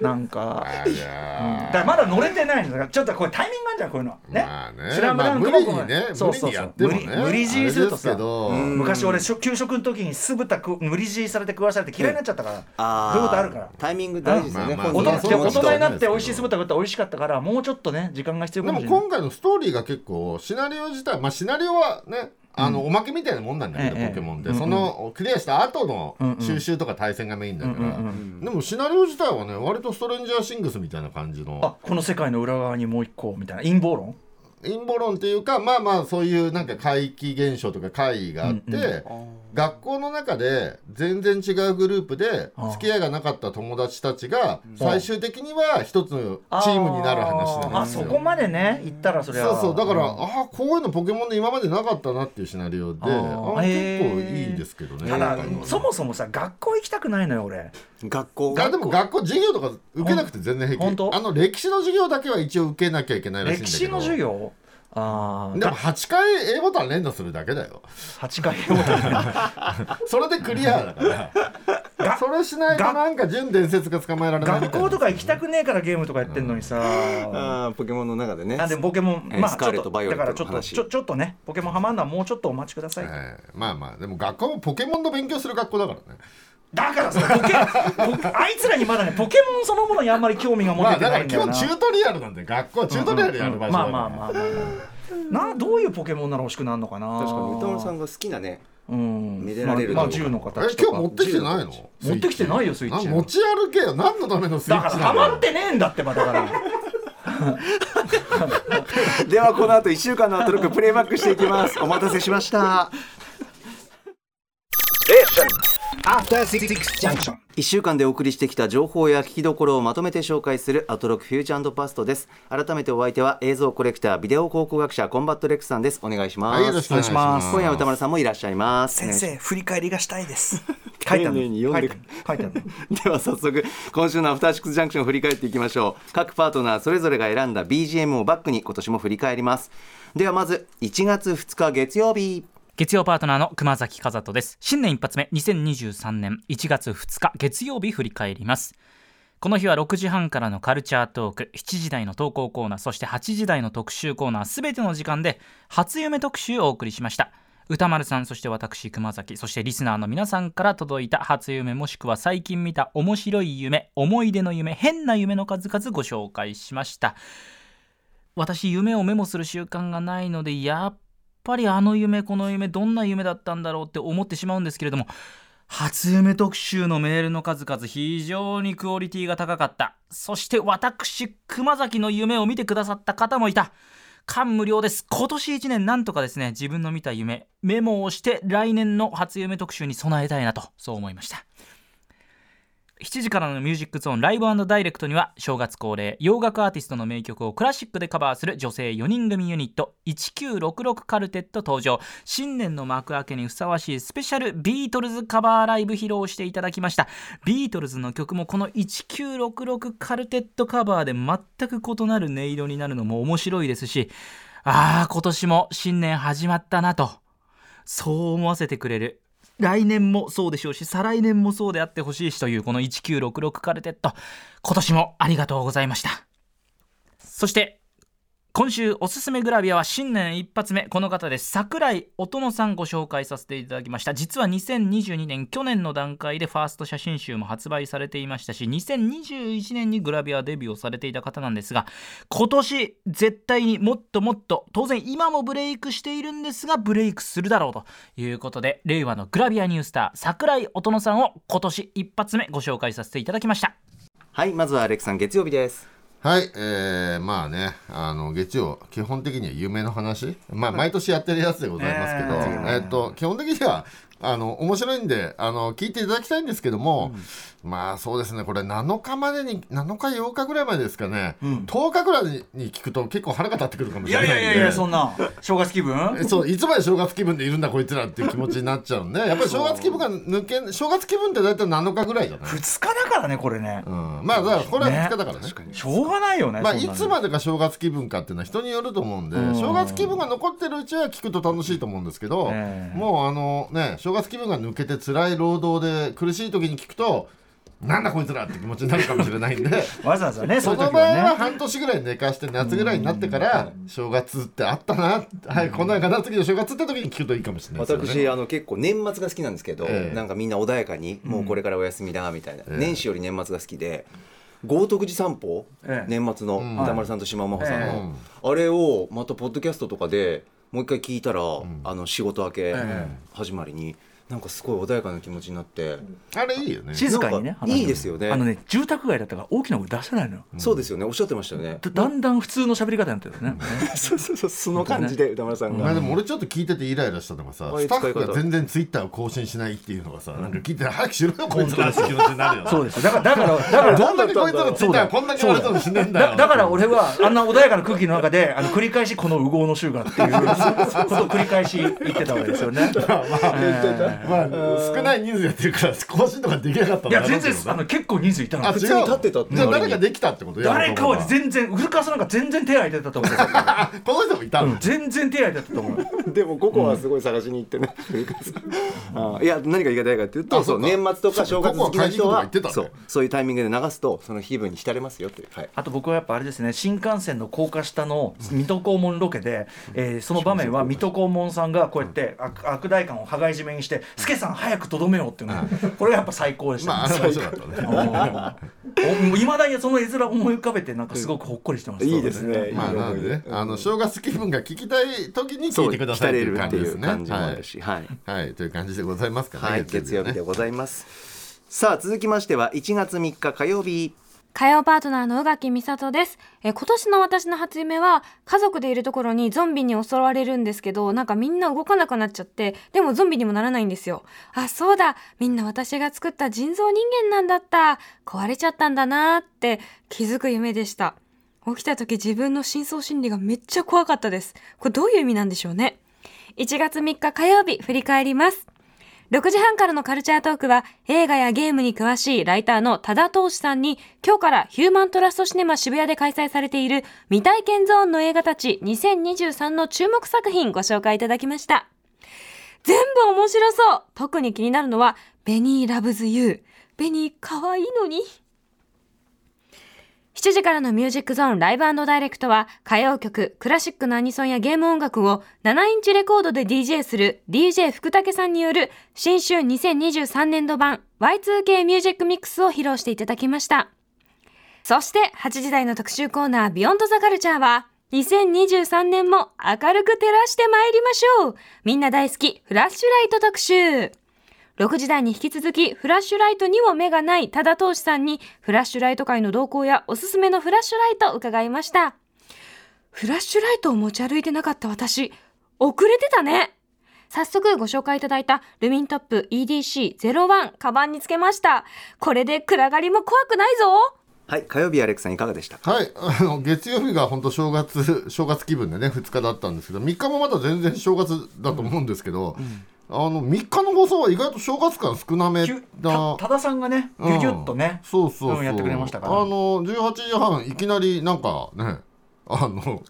E: なんか
D: あいや
E: だからまだ乗れてないんだからちょっとこれタイミングあるじゃんこういうのね,、
D: まあね
E: スラムダンクもこう
D: まあ無理にね
E: そうそう
D: 無理に
E: そ
D: やっ
E: う
D: て
E: 無
D: もね
E: 理無理強いすると
D: あ
E: さ
D: れですけど
E: うん昔俺しょ給食の時に酢豚く無理強いされて食わされて嫌いになっちゃったから、
B: あー
E: そういうことあるから
B: タイミング大事ですよね、
D: まあまあ
E: 大
B: 本人
D: ま
B: は
D: あ
B: その
E: 人で大
B: 人
E: 人になって美味しい酢豚食ったら美味しかったからもうちょっとね時間が必要
D: で
E: かも
D: も
E: しれない
D: 今回のストーリーが結構シナリオ自体まあシナリオはねあのおまけみたいなもんなんだけど、
E: ええ
D: ポケモンって、そのクリアした後の収集とか対戦がメインだから、でもシナリオ自体はね割とストレンジャーシングスみたいな感じ
E: あ
D: の
E: この世界の裏側にもう一個みたいな陰謀論
D: 陰謀論っていうかまあまあそういうなんか怪奇現象とか怪異があって、学校の中で全然違うグループで
E: ああ
D: 付き合いがなかった友達たちが最終的には一つのチームになる話なんですよ。
E: あーあそこまでね行ったらそれは
D: そうそうだから、ああこういうのポケモンで今までなかったなっていうシナリオで
E: あ
D: あ
E: ー
D: あ
E: へ
D: 結
E: ー
D: 構いいですけどね
E: ただ
D: 今回のは
E: そもそもさ学校行きたくないのよ俺
B: 学校
D: あでも学校授業とか受けなくて全然平気
E: ほんほんと
D: あの歴史の授業だけは一応受けなきゃいけないらしいんだけ
E: 歴
D: ど
E: 史の授業あ
D: でも8回 A ボタン連打するだけだよ
E: 8回ボ
D: <laughs>
E: タン
D: それでクリアだから
E: <laughs> が
D: それしないとなんか純伝説が捕まえられないみた
E: 学
D: いな
E: 校とか行きたくねえからゲームとかやってんのにさ、
B: あーポケモンの中でね
E: なんでポケモン、
B: えー
E: まあ
B: ス
E: ち
B: カ
E: ょ
B: ー
E: っ
B: レット
E: と
B: バイオレ
E: だ
B: ッ
E: か
B: ト
E: ら
B: の
E: ち
B: 話
E: ょっとちょちょっとねポケモンはまんだもうちょっとお待ちください、
D: ええまあまあでも学校もポケモンの勉強する学校だからね
E: だからさポケポケ <laughs> あいつらにまだねポケモンそのものにあんまり興味が持
D: ま
E: て
D: あ
E: て
D: だ
E: な
D: から
E: いん
D: 基
E: だよ
D: 本
E: な、
D: チュートリアルなんで学校はチュートリアルやる場所だか
E: ま
D: ら、
E: あまあまあまあ、まあ、などういうポケモンなら欲しくなるのかな
B: 確かに歌丸さんが好きなね
E: うん
B: めでられる
E: まあ、まあ
B: とこ
E: 銃の
D: え
E: 形と
D: 今
E: か
D: 日持ってきてないの
E: 持ってきてないよスイッチ
D: な持ち歩けよ何のためのスイ
E: だ
D: ッ
E: か
D: チ
E: ら
D: な
E: ハ
D: の
E: マってねえんだってばだから
B: ではこの後1週間のアトロックプレイバックしていきますお待たせしました1週間でお送りしてきた情報や聞きどころをまとめて紹介するアトロックフューチャーパストです改めてお相手は映像コレクタービデオ考古学者コンバットレックさんですお願いします、
D: はいよろしくお願いします
B: 今夜は歌丸さんもいらっしゃいます
E: 先生振り返りがしたいです書いて
B: <laughs> 丁
E: ある
B: 寧に読んで
E: 書いてある書いてある
B: <laughs> では早速今週のアフターシックスジャンクションを振り返っていきましょう各パートナーそれぞれが選んだ BGM をバックに今年も振り返りますではまず1月2日月曜日
F: 月曜パートナーの熊崎和人です新年一発目2023年1月2日月曜日振り返りますこの日は6時半からのカルチャートーク7時台の投稿コーナーそして8時台の特集コーナーすべての時間で初夢特集をお送りしました歌丸さんそして私熊崎そしてリスナーの皆さんから届いた初夢もしくは最近見た面白い夢思い出の夢変な夢の数々ご紹介しました私夢をメモする習慣がないのでやっぱりあの夢この夢どんな夢だったんだろうって思ってしまうんですけれども初夢特集のメールの数々非常にクオリティが高かったそして私熊崎の夢を見てくださった方もいた感無量です今年1年なんとかですね自分の見た夢メモをして来年の初夢特集に備えたいなとそう思いました7時からのミュージックゾーンライブダイレクトには正月恒例洋楽アーティストの名曲をクラシックでカバーする女性4人組ユニット1966カルテット登場新年の幕開けにふさわしいスペシャルビートルズカバーライブ披露していただきましたビートルズの曲もこの1966カルテットカバーで全く異なる音色になるのも面白いですしああ今年も新年始まったなとそう思わせてくれる来年もそうでしょうし再来年もそうであってほしいしというこの1966カルテット今年もありがとうございましたそして今週おすすめグラビアは新年一発目この方です桜井音野さんご紹介させていただきました実は2022年去年の段階でファースト写真集も発売されていましたし2021年にグラビアデビューをされていた方なんですが今年絶対にもっともっと当然今もブレイクしているんですがブレイクするだろうということで令和のグラビアニュースター桜井音野さんを今年一発目ご紹介させていただきました
B: はいまずはアレックさん月曜日です
D: はい、えー、まあね、あの月曜、基本的には夢の話、まあ、毎年やってるやつでございますけど、えーっと基本的にはあの面白いんであの、聞いていただきたいんですけども、まあそうですね、これ、7日までに、7日、8日ぐらいまでですかね、10日ぐらいにに聞くと、結構腹が立ってくるかも
E: い
D: しれな
E: やい
D: <laughs> いんで。
E: やいやいやそんな正月気分
D: え <laughs> そういつまで正月気分でいるんだこいつらっていう気持ちになっちゃうん <laughs> でやっぱり正月気分が抜けん正月気分って大体7日ぐらいじゃない、
E: 2日だからねこれね
D: うん、まあだからこれは2日だからね
E: しょうがないよね
D: まあ、
E: そん
D: い
E: なの
D: つまでが正月気分かっていうのは人によると思うんで、正月気分が残ってるうちは聞くと楽しいと思うんですけど、
E: ええ
D: もうあのね正月気分が抜けて辛い労働で苦しい時に聞くとなんだこいつらって気持ちになるかもしれないんで
E: わざわざねそ
D: そう
E: いう
D: の
E: 時
D: 場合は
E: はね
D: 半年ぐらい寝かして夏ぐらいになってから正月ってあったな、はいこんなんかな次の正月って時に聞くといいかもしれないですよ
B: 私
D: ね。
B: あの結構年末が好きなんですけど、
D: ええ
B: なんかみんな穏やかにもうこれからお休みだみたいな、
D: え
B: 年始より年末が好きで豪徳寺散歩、
E: ええ
B: 年末の
D: ん
B: 歌丸さんと島尾真帆さんの、
E: え
B: あれをまたポッドキャストとかでもう一回聞いたら、あの仕事明け
E: え
B: 始まりになんかすごい穏やかな気持ちになって、
D: あれいいよね。
C: 静かにね
B: なんか
C: 話
B: いいですよね
C: あのね住宅街だったから大きな声出せないのよ
B: そうですよねおっしゃってましたよね、
C: だだんだん普通の喋り方になってるね
B: <laughs> そうそうそうその感じで歌丸さんが、
D: まあでも俺ちょっと聞いててイライラしたのがさ
B: ああい
D: ス
B: う
D: タ
B: 使い方
D: ッフが全然ツイッターを更新しないっていうのがさなんか聞いて早くしろよこいつらって気持ちになるよね
C: そうですだからだからだから
D: どんだけこいつらツイッターこんなに言われたのしねえんだよ
C: だだから俺はあんな穏やかな空気の中であの繰り返しこの「右往の衆が」っていうことを繰り返し言ってたわけですよね。
D: まあまあ
C: えー
D: まあ少ない人数やってるから更新とかできなかった
E: いや
D: の
E: 全然あの結構人数いたの
D: あ
E: 普
D: 違
E: 通
D: う
E: に
D: じゃ
G: 立ってたって
D: あ誰かできたってこと
E: 誰かは
D: 山
E: 全然古川さんなんか全然手空いてたと思うよ
D: 本君はこの人もいたの
E: 全然手空いてたと思
G: <laughs>
E: う
G: でもここはすごい探しに行ってね、 <laughs> あーいや何が言いたいかっていうと
D: あ
G: そ
D: そううか
G: 年末とか正月好きな人は
D: そうかここは会議とか行ってたね
G: そうそういうタイミングで流すとその気分に浸れますよっていう、はい、
E: あと僕はやっぱあれですね新幹線の高架下の水戸黄門ロケで、えーその場面は水戸黄門さんがこうやって悪悪代官を羽交い締めにして「助さん早くとどめよ」っていうのこれがやっぱ最高でした、
D: まああれ面白か
E: <laughs>
D: ったね
E: いまだにその絵面を思い浮かべてなんかすごくほっこりしてます、
G: いいですねいい
D: まあな
G: 思
D: の
G: い
D: で
G: 出
D: ねあの正月気分が聞きたい時に
G: そ
D: 聞いうてくだ
G: 浸
D: さいと
G: れ
D: いう
G: るっ
D: 感
G: て
D: じで
G: い
D: す
G: う
D: ね
G: 感じもあ
D: はい
G: るしはい
D: はいという感じでございますかね
G: はい月曜日で
D: ね
G: ございますさあ続きましては1月3日火曜日
H: 火曜パートナーの宇垣美里です。えー今年の私の初夢は家族でいるところにゾンビに襲われるんですけど、なんかみんな動かなくなっちゃって、でもゾンビにもならないんですよ。あ、そうだ。みんな私が作った人造人間なんだった。壊れちゃったんだなーって気づく夢でした。起きた時自分の深層心理がめっちゃ怖かったです。これどういう意味なんでしょうね。1月3日火曜日振り返ります。6時半からのカルチャートークは映画やゲームに詳しいライターの多田投資さんに今日からヒューマントラストシネマ渋谷で開催されている未体験ゾーンの映画たち2023の注目作品ご紹介いただきました。全部面白そう特に気になるのはベニーラブズユー。ベニー可愛いのに。7時からのミュージックゾーンライブダイレクトは歌謡曲、クラシックのアニソンやゲーム音楽を7インチレコードで DJ する DJ 福武さんによる新春2023年度版 Y2K ミュージックミックスを披露していただきました。そして8時台の特集コーナービヨンドザカルチャーは2023年も明るく照らしてまいりましょうみんな大好きフラッシュライト特集6時台に引き続きフラッシュライトにも目がない多田投資さんにフラッシュライト界の動向やおすすめのフラッシュライトを伺いましたフラッシュライトを持ち歩いてなかった私遅れてたね早速ご紹介いただいたルミントップ EDC01 カバンにつけましたこれで暗がりも怖くないぞ
G: はい火曜日アレックさんいかがでしたか
D: はい、あの月曜日が本当正月正月気分でね2日だったんですけど3日もまだ全然正月だと思うんですけど、あの3日の放送は意外と正月感少なめ
E: きゅ
D: な
E: た多田さんがねギュギュッとね、
D: そうそうそう、
E: うんやってくれましたから
D: あの18時半いきなりなんかねあの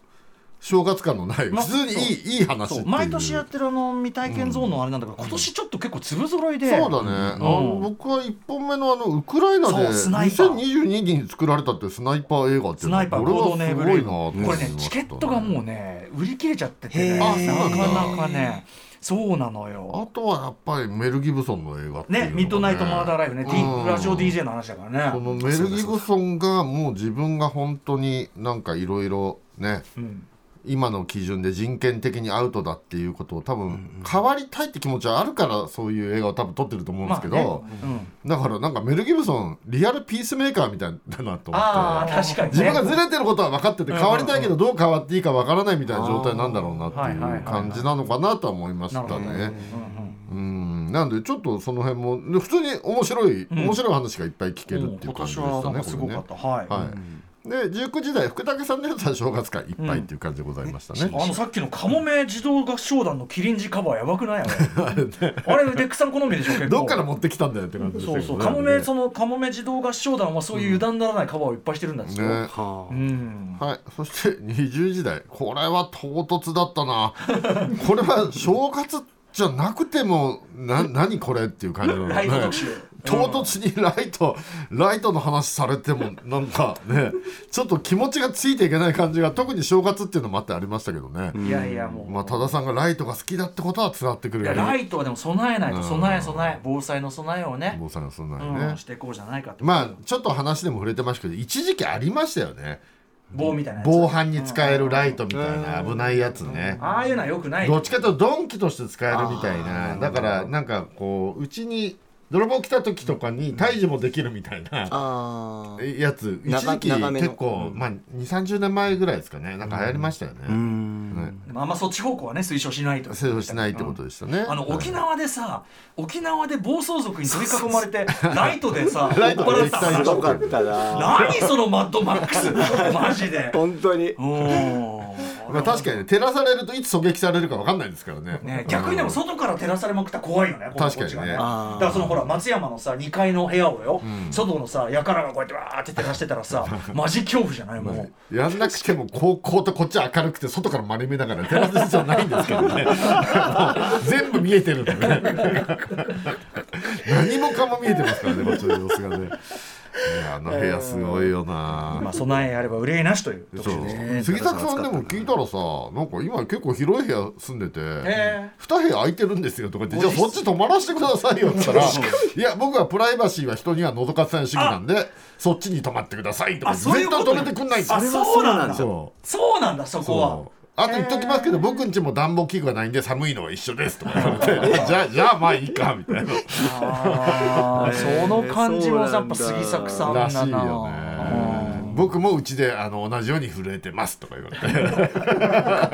D: 正月感のない普
E: ま
D: 通にいい,、いい話って
E: そ
D: いうう
E: 毎年やってるあの未体験ゾーンのあれなんだけど、今年ちょっと結構粒揃いで
D: そうだね、あの僕は1本目のあのウクライナで
E: そうスナイパー
D: 2022年に作られたってスナイパー映画ってい
E: ス
D: うの
E: ナイパー
D: これは
E: 合同ネーブ
D: すご
E: ル
D: いなと思い
E: こ
D: ま
E: れ
D: した
E: ねチケットがもうね売り切れちゃってて
G: へ
E: ね
G: ー
E: な
D: あそうなんだ
E: かなかねそうなのよ
D: あとはやっぱりメル・ギブソンの映画っていうのが
E: ね、ミッドナイト・マーダー・ライフね、
D: うん
E: T ラジオ DJ の話だから
D: この
E: ね。
D: メル・ギブソンがもう自分が本当になんかいろいろね
E: うん
D: 今の基準で人権的にアウトだっていうことを多分変わりたいって気持ちはあるからそういう映画を多分撮ってると思うんですけど、
E: まあねうん
D: だからなんかメル・ギブソンリアルピースメーカーみたいだなと思
E: あ
D: って。
E: あ、確かにね。
D: 自分がずれてることは分かってて変わりたいけどどう変わっていいか分からないみたいな状態なんだろうなって
E: はいはいはいいう
D: 感じなのかなとは思いました
E: なるほど
D: ね。
E: うんうん
D: うんなんでちょっとその辺もで普通に面白い、
E: ん
D: 面白い話がいっぱい聞ける
E: も
D: っ
E: う
D: てい
E: 今
D: う感じ
E: 年はな
D: でした
E: ん
D: ね。
E: かすごかった。はい。
D: これねはい。で19時代福武さんのやつは正月会いっぱいっていう感じでございましたね。
E: あのさっきのカモメ児童合唱団のキリンジカバーやばく
D: <laughs>
E: ないあれあれデックさん好みでしょ結構
D: どっから持ってきたんだよって感じでした
E: そう
D: け
E: そうカ
D: どね。
E: モメそのカモメ児童合唱団はそういう油断ならないカバーをいっぱいしてるんだっつってよ
D: ね。
G: は
E: う
G: あ
E: ん
D: はい、そして20時 <laughs> 代これは唐突だったな <laughs> これは正月じゃなくてもな何これっていう感じなの
E: ライ
D: ね
E: ト特集
D: 唐突にライトライトの話されてもなんかねちょっと気持ちがついていけない感じが特に正月っていうのもあってありましたけどね、
E: いやいやもう
D: まあ多田さんがライトが好きだってことは伝わってくる
E: い
D: よ
E: や
D: ね
E: ライトはでも備えないと備
D: う
E: え
D: ん
E: 備え防災の備えをね
D: 坊さんがそんなに
E: う
D: ね
E: ん、していこうじゃないかと
D: まあちょっと話でも触れてましたけど一時期ありましたよね
E: 棒みたいなやつ
D: 防犯に使えるライトみたいな危ないやつね、
E: ああいうのはよくない
D: どっちかというとドンキとして使えるみたいなだからなんかこううちに泥棒来た時とかに退治もできるみたいな
G: あー
D: やつ一
G: 長
D: 時期
G: 長めの
D: 結構、まあ、2 3 0年前ぐらいですかねなんか流行りましたよね、ね
E: でもあんまそっち方向はね推奨しないと
D: 制度しないってことでしたね、
E: あの沖
D: はい
E: 縄でさ沖縄で暴走族に取り囲まれてライトでさ
D: <laughs> ライトで
E: 追っ払った
D: 液体
G: ひ
D: と
G: どかったな
E: <laughs> 何そのマッドマックスマジで
G: 本当に
E: うーん
D: まあ、確かにね照らされるといつ狙撃されるかわかんないですからね
E: ね、逆にでも外から照らされまくったら怖いよね、この
D: 確かにね
E: こっちがだ
B: あー
E: からそのほら、松山のさ、2階の部屋をよ、外のさ、やからがこうやってわーって照らしてたら <laughs> さ、マジ恐怖じゃないもう。
D: やんなくてもこうこうとこっちは明るくて外から丸見えながら照らす必要ないんですけ <laughs> どねもう全部見えてるんでね何もかも見えてますからねこっちの様子がねいやあの部屋すごいよな、
E: まあ、備えあれば憂いなしという特
D: そ
E: 集
D: う
E: ですね。
D: 杉崎さんでも聞いたらさなんか今結構広い部屋住んでて、
E: え
D: 2部屋空いてるんですよとか言ってじゃあそっち泊まらせてくださいよって言ったらいや僕はプライバシーは人には覗かせない主義なんでそっちに泊まってくださいとか
E: あそういう
D: 絶
E: こ
D: 対
E: と
D: 止めてくんないんですよ
E: あそうなんだ。
D: そう
E: そうなんだ、そこは。
D: あと言っときますけど、僕んちも暖房器具がないんで寒いのは一緒ですとか言われてじゃあじゃあまあいいかみたいな
E: あー <laughs> その感じもやっぱ杉作さんだ
D: らしい
E: な。
D: よね僕もうちであの同じように震えてますとか言われて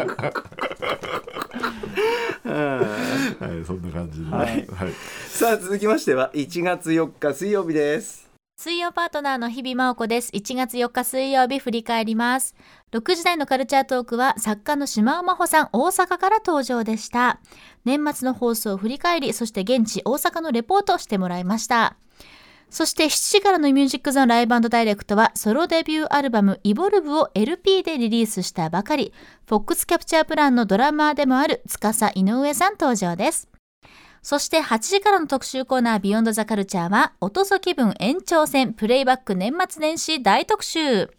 D: はいそんな感じで、はい
B: さあ続きましては1月4日水曜日です
I: 水曜パートナーの日々真央子です。1月4日水曜日振り返ります。6時台のカルチャートークは作家の島尾真帆さん大阪から登場でした。年末の放送を振り返り、そして現地大阪のレポートをしてもらいました。そして7時からのミュージックゾーンライブダイレクトはソロデビューアルバムイボルブを LP でリリースしたばかり、フォックスキャプチャープランのドラマーでもある司井上さん登場です。そして8時からの特集コーナービヨンドザカルチャーは、音そ気分延長戦プレイバック年末年始大特集。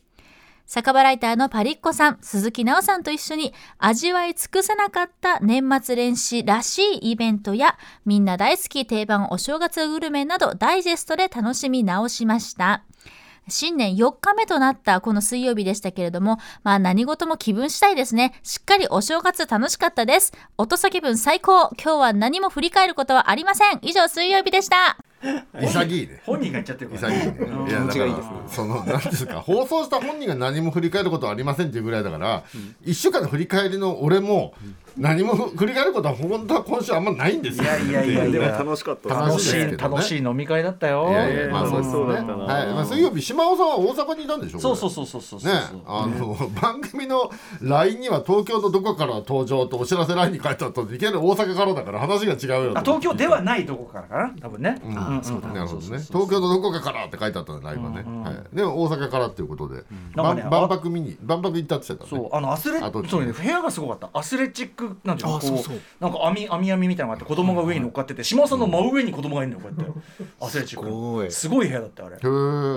I: 酒場ライターのパリッコさん、鈴木奈緒さんと一緒に味わい尽くせなかった年末年始らしいイベントやみんな大好き定番お正月グルメなどダイジェストで楽しみ直しました。新年4日目となったこの水曜日でしたけれども、まあ何事も気分次第ですね。しっかりお正月楽しかったです。音先分最高。今日は何も振り返ることはありません。以上水曜日でした。
D: 潔いね
E: 本人が言っちゃってるから
D: 潔いねいやだからそのなんですか放送した本人が何も振り返ることはありませんっていうぐらいだから、一1週間の振り返りの俺も何も振り返ることは本当は今週あんまないんですよ
E: いやいやいや
D: ってう
E: でも
G: 楽しかった
D: 楽
E: 楽
D: し
E: し
D: いですけ
E: い
D: どね
E: 楽しい飲み会だったよ
D: い。やいやまあそうです
G: そう
D: ね
G: だったな
D: はいまあ、水曜日島尾さんは大阪にいたんでしょ
E: そうそう
D: こ
E: そうそうそうそ
D: れ
E: う。
D: ねあの、 <laughs> 番組の LINE には東京のどこから登場とお知らせ LINE に書いてあったのにいきなり大阪からだから話が違うよと
E: あ東京ではないどこからかな多分ね。うんうん
D: なるほどね東京のどこかからって書いてあったの LINE はね、はい、でも大阪からっていうことで、
E: なんか
D: 万
E: ね
D: 万博見に万博行ったって言ってた
E: そ
D: ね
E: うあのアスレ
D: あと
E: そうね部屋がすごかったアスレチックなんていうのこうなんか網網網みたいなのがあって子供が上に乗っかってて島尾さんの真上に子供がいるのよこうやってアスレチック
B: ごい
E: のすごい部屋だったあれ
D: へえ、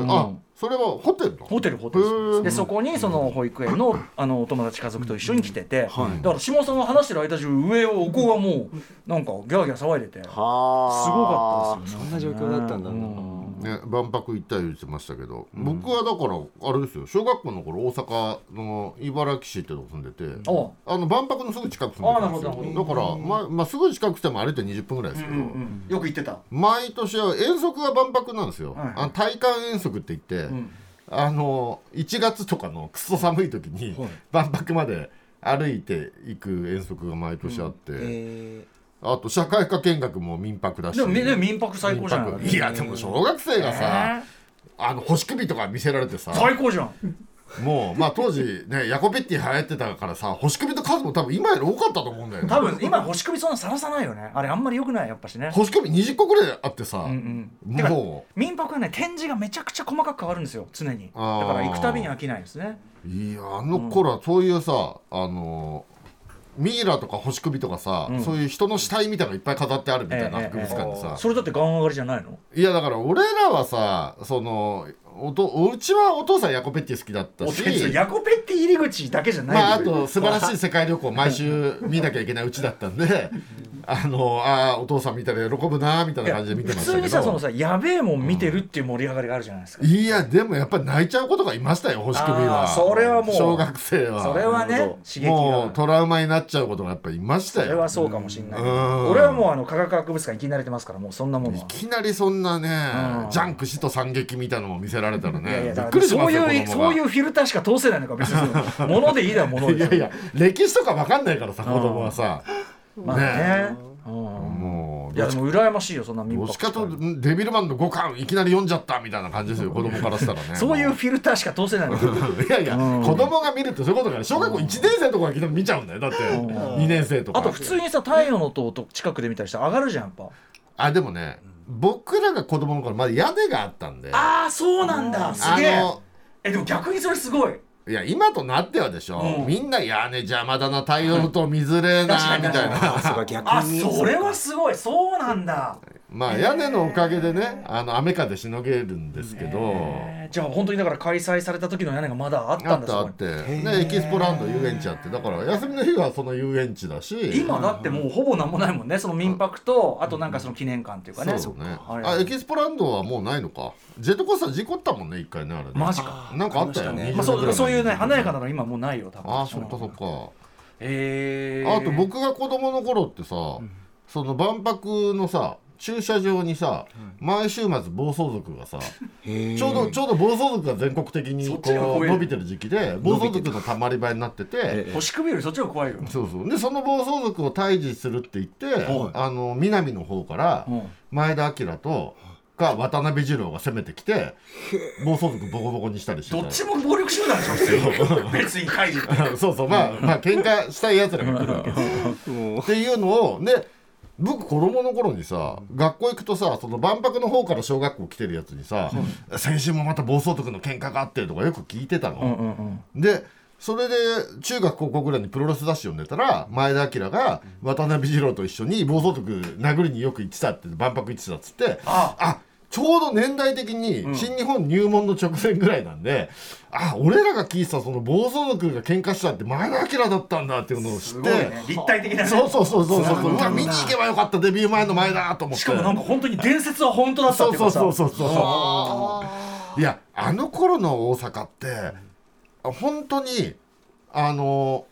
D: あ
E: うん
D: それはホテルの
E: ホテルホテル
D: へー
E: ですでそこにその保育園のあのお友達家族と一緒に来てて、だから下尾さんが話してる間中上をお子がもうなんかギャーギャー騒いでてすごか
B: は
E: っ
B: あ
E: たですよ
B: そんな状況だったんだな、
E: うん
D: ね、万博行ったり言ってましたけど、僕はだからあれですよ小学校の頃大阪の茨城市ってとこ住んでて、
E: おう
D: あの万博のすぐ近く住んでたんです
E: あなるほどな
D: よだから、まあまあ、すぐ近くても歩いて20分ぐらいですけど、
E: よく言ってた
D: 毎年は遠足が万博なんですよ、
E: はい
D: あの体感遠足って言って、あの1月とかのくそ寒い時に万博まで歩いて行く遠足が毎年あって、あと社会科見学も民泊だし
E: でもみね民泊最高じゃない
D: いやでも小学生がさ、あの星首とか見せられてさ
E: 最高じゃん
D: もうまあ当時ねヤコペッティ流行ってたからさ星首の数も多分今より多かったと思うんだよね
E: 多分今星首そんなさらさないよねあれあんまり良くないやっぱしね
D: 星首20個ぐらいあってさ、
E: うんうんてか
D: も
E: 民泊はね展示がめちゃくちゃ細かく変わるんですよ常にだ
D: あー
E: から行くたびに飽きないですね
D: ういやあの頃はそういうさ、あのミイラとか星首とかさ、そういう人の死体みたいなのがいっぱい飾ってあるみたいな
E: ええ
D: 博物館でさ、
E: それだってガン上がりじゃないの
D: いやだから俺らはさそのおとおうちはお父さんヤコペッティ好きだった
E: お
D: し
E: 手伝いヤコペッティ入り口だけじゃない
D: まあ、あ
E: よ
D: と素晴らしい世界旅行を毎週見なきゃいけないうちだったんであのああお父さん見たら喜ぶなみたいな感じで見てま
E: 普
D: し
E: 通
D: たけど
E: にさそのさやべえもん見てるっていう盛り上がりがあるじゃないですか、
D: いやでもやっぱり泣いちゃうことがいましたよ星組は
E: あーそれはもう
D: 小学生は
E: それはね刺激が
D: もうトラウマになっちゃうことがやっぱいました
E: それ
D: よ
E: はそうかもしれないけ
D: うん
E: ど俺はもうあの科学博物館行き慣れてますからもうそんなもの
D: い
E: は。
D: きなりそんなね、
E: うん
D: ジャンク死と惨劇みたいなのも見せられたら
E: いやい
D: ね
E: や
D: び
E: だ
D: っ
E: か
D: く
E: ら
D: りし
E: そ
D: ま
E: う
D: すよ
E: いうそういううフィルターしか通せないのか別
D: <laughs>
E: にものでいいだもの
D: い
E: でし
D: や
E: ょ
D: いや歴史とかわかんないからさ子供はさ、
E: まあね、うん
D: もう
E: いやでも羨ましいよそんな民
D: ど
E: 泊
D: っちかとデビルマンの5巻いきなり読んじゃったみたいな感じですよ子供からしたらね
E: そういうフィルターしか通せないの
D: <laughs> いやいや、子供が見るってそういうことだから小学校1年生とかが来ても見ちゃうんだよだって2年生とか
E: あと普通にさ太陽の塔と近くで見たりしたら上がるじゃんやっぱ
D: あでもね僕らが子供の頃まだ屋根があったんであ
E: ああそうなんだすげえ
D: の
E: えでも逆にそれすごい
D: いや今となってはでしょ、
E: うん
D: みんな屋根邪魔だな太陽と水れえなみたいな <laughs>
G: そうか逆
E: あ
G: に
E: それはすごいそうなんだ
D: まあ屋根のおかげでねあの雨風しのげるんですけど、
E: えーじゃあ本当にだから開催された時の屋根がまだあっ
D: あ
E: たん
D: っ
E: だ
D: たあ
E: そこ
D: っ
E: に
D: て、ね、エキスポランド遊園地あってだから休みの日はその遊園地だし
E: 今だってもうほぼなんもないもんねその民泊とあとなんかその記念館っていうかね
D: そうね
E: あれ
D: あエキスポランドはもうないのかジェットコースター事故ったもんね一回ねあれね
E: マジか
D: なんかあったよね
E: まあ、そうそういうね華やかなの今もうないよ多分
D: あそっかそっか
E: えー、
D: あと僕が子供の頃ってさ、その万博のさ駐車場にさ、毎週末暴走族がさちょうどちょうど暴走族が全国的に
E: そっちが
D: こ
E: 怖
D: う
E: い
D: 伸びてる時期で暴走族のたまり場になってて、
E: 星首よりそっちの方が怖いよ、
D: そうそうでその暴走族を退治するって言って、あの南の方から
E: うん
D: 前田明とか渡辺二郎が攻めてきて暴走族ボコボコにしたりしてた
E: どっちも暴力集団でしょ普通
D: <laughs>
E: に別に怪事って
D: そうそうまあまあ喧嘩したいやつらが来るわけっていうのをで僕子供の頃にさ学校行くとさその万博の方から小学校来てるやつにさ「先週もまた暴走族の喧嘩があって」とかよく聞いてたの。でそれで中学高校ぐらいにプロレス雑誌読んでたら前田明が渡辺二郎と一緒に暴走族殴りによく行ってたって万博行ってたっつって
E: あ
D: あちょうど年代的に新日本入門の直前ぐらいなんで、あ俺らが聞いてたその暴走族が喧嘩したって前田明だったんだっていうのを知
E: す
D: っ
E: ご
D: て、
E: いね立体的なね
D: そうそうそうそうそううわ見に行けばよかったデビュー前の前だと思って
E: しかもなんか本当に伝説は本当だったっ
D: そ
E: て
D: う
E: いう
D: そ
E: か
D: う
E: さ
D: そうそうそういやあの頃の大阪ってあ本当にあの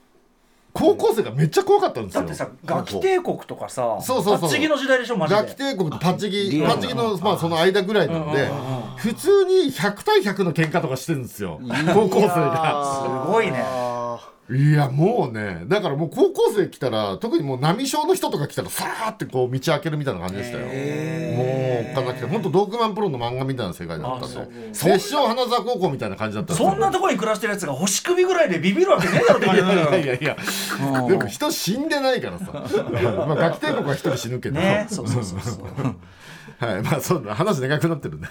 D: 高校生がめっちゃ怖かったんですよ
E: だってさガキ帝国とかさ
D: そうそうそう
E: パッチギの時代でしょマジで
D: ラキ帝国とパッチギパッチギのまあその間ぐらいなんで普通に100対100の喧嘩とかしてるんですよ高校生が
E: すごいね
D: いやもうねだからもう高校生来たら特にもう波症の人とか来たらさーってこう道開けるみたいな感じでしたよもうおっかなくて本当ドークマンプロの漫画みたいな世界だったんで摂政花沢高校みたいな感じだったんですよ
E: そんなとこに暮らしてるやつが星首ぐらいでビビるわけねえだ
D: <laughs>
E: ろって感じだよ
D: いやいやでも人死んでないからさ <laughs> まあガキ帝国は一人死ぬけど、 <laughs>
E: ねそうそうそうそう
D: はいまあそんな話長くなってるね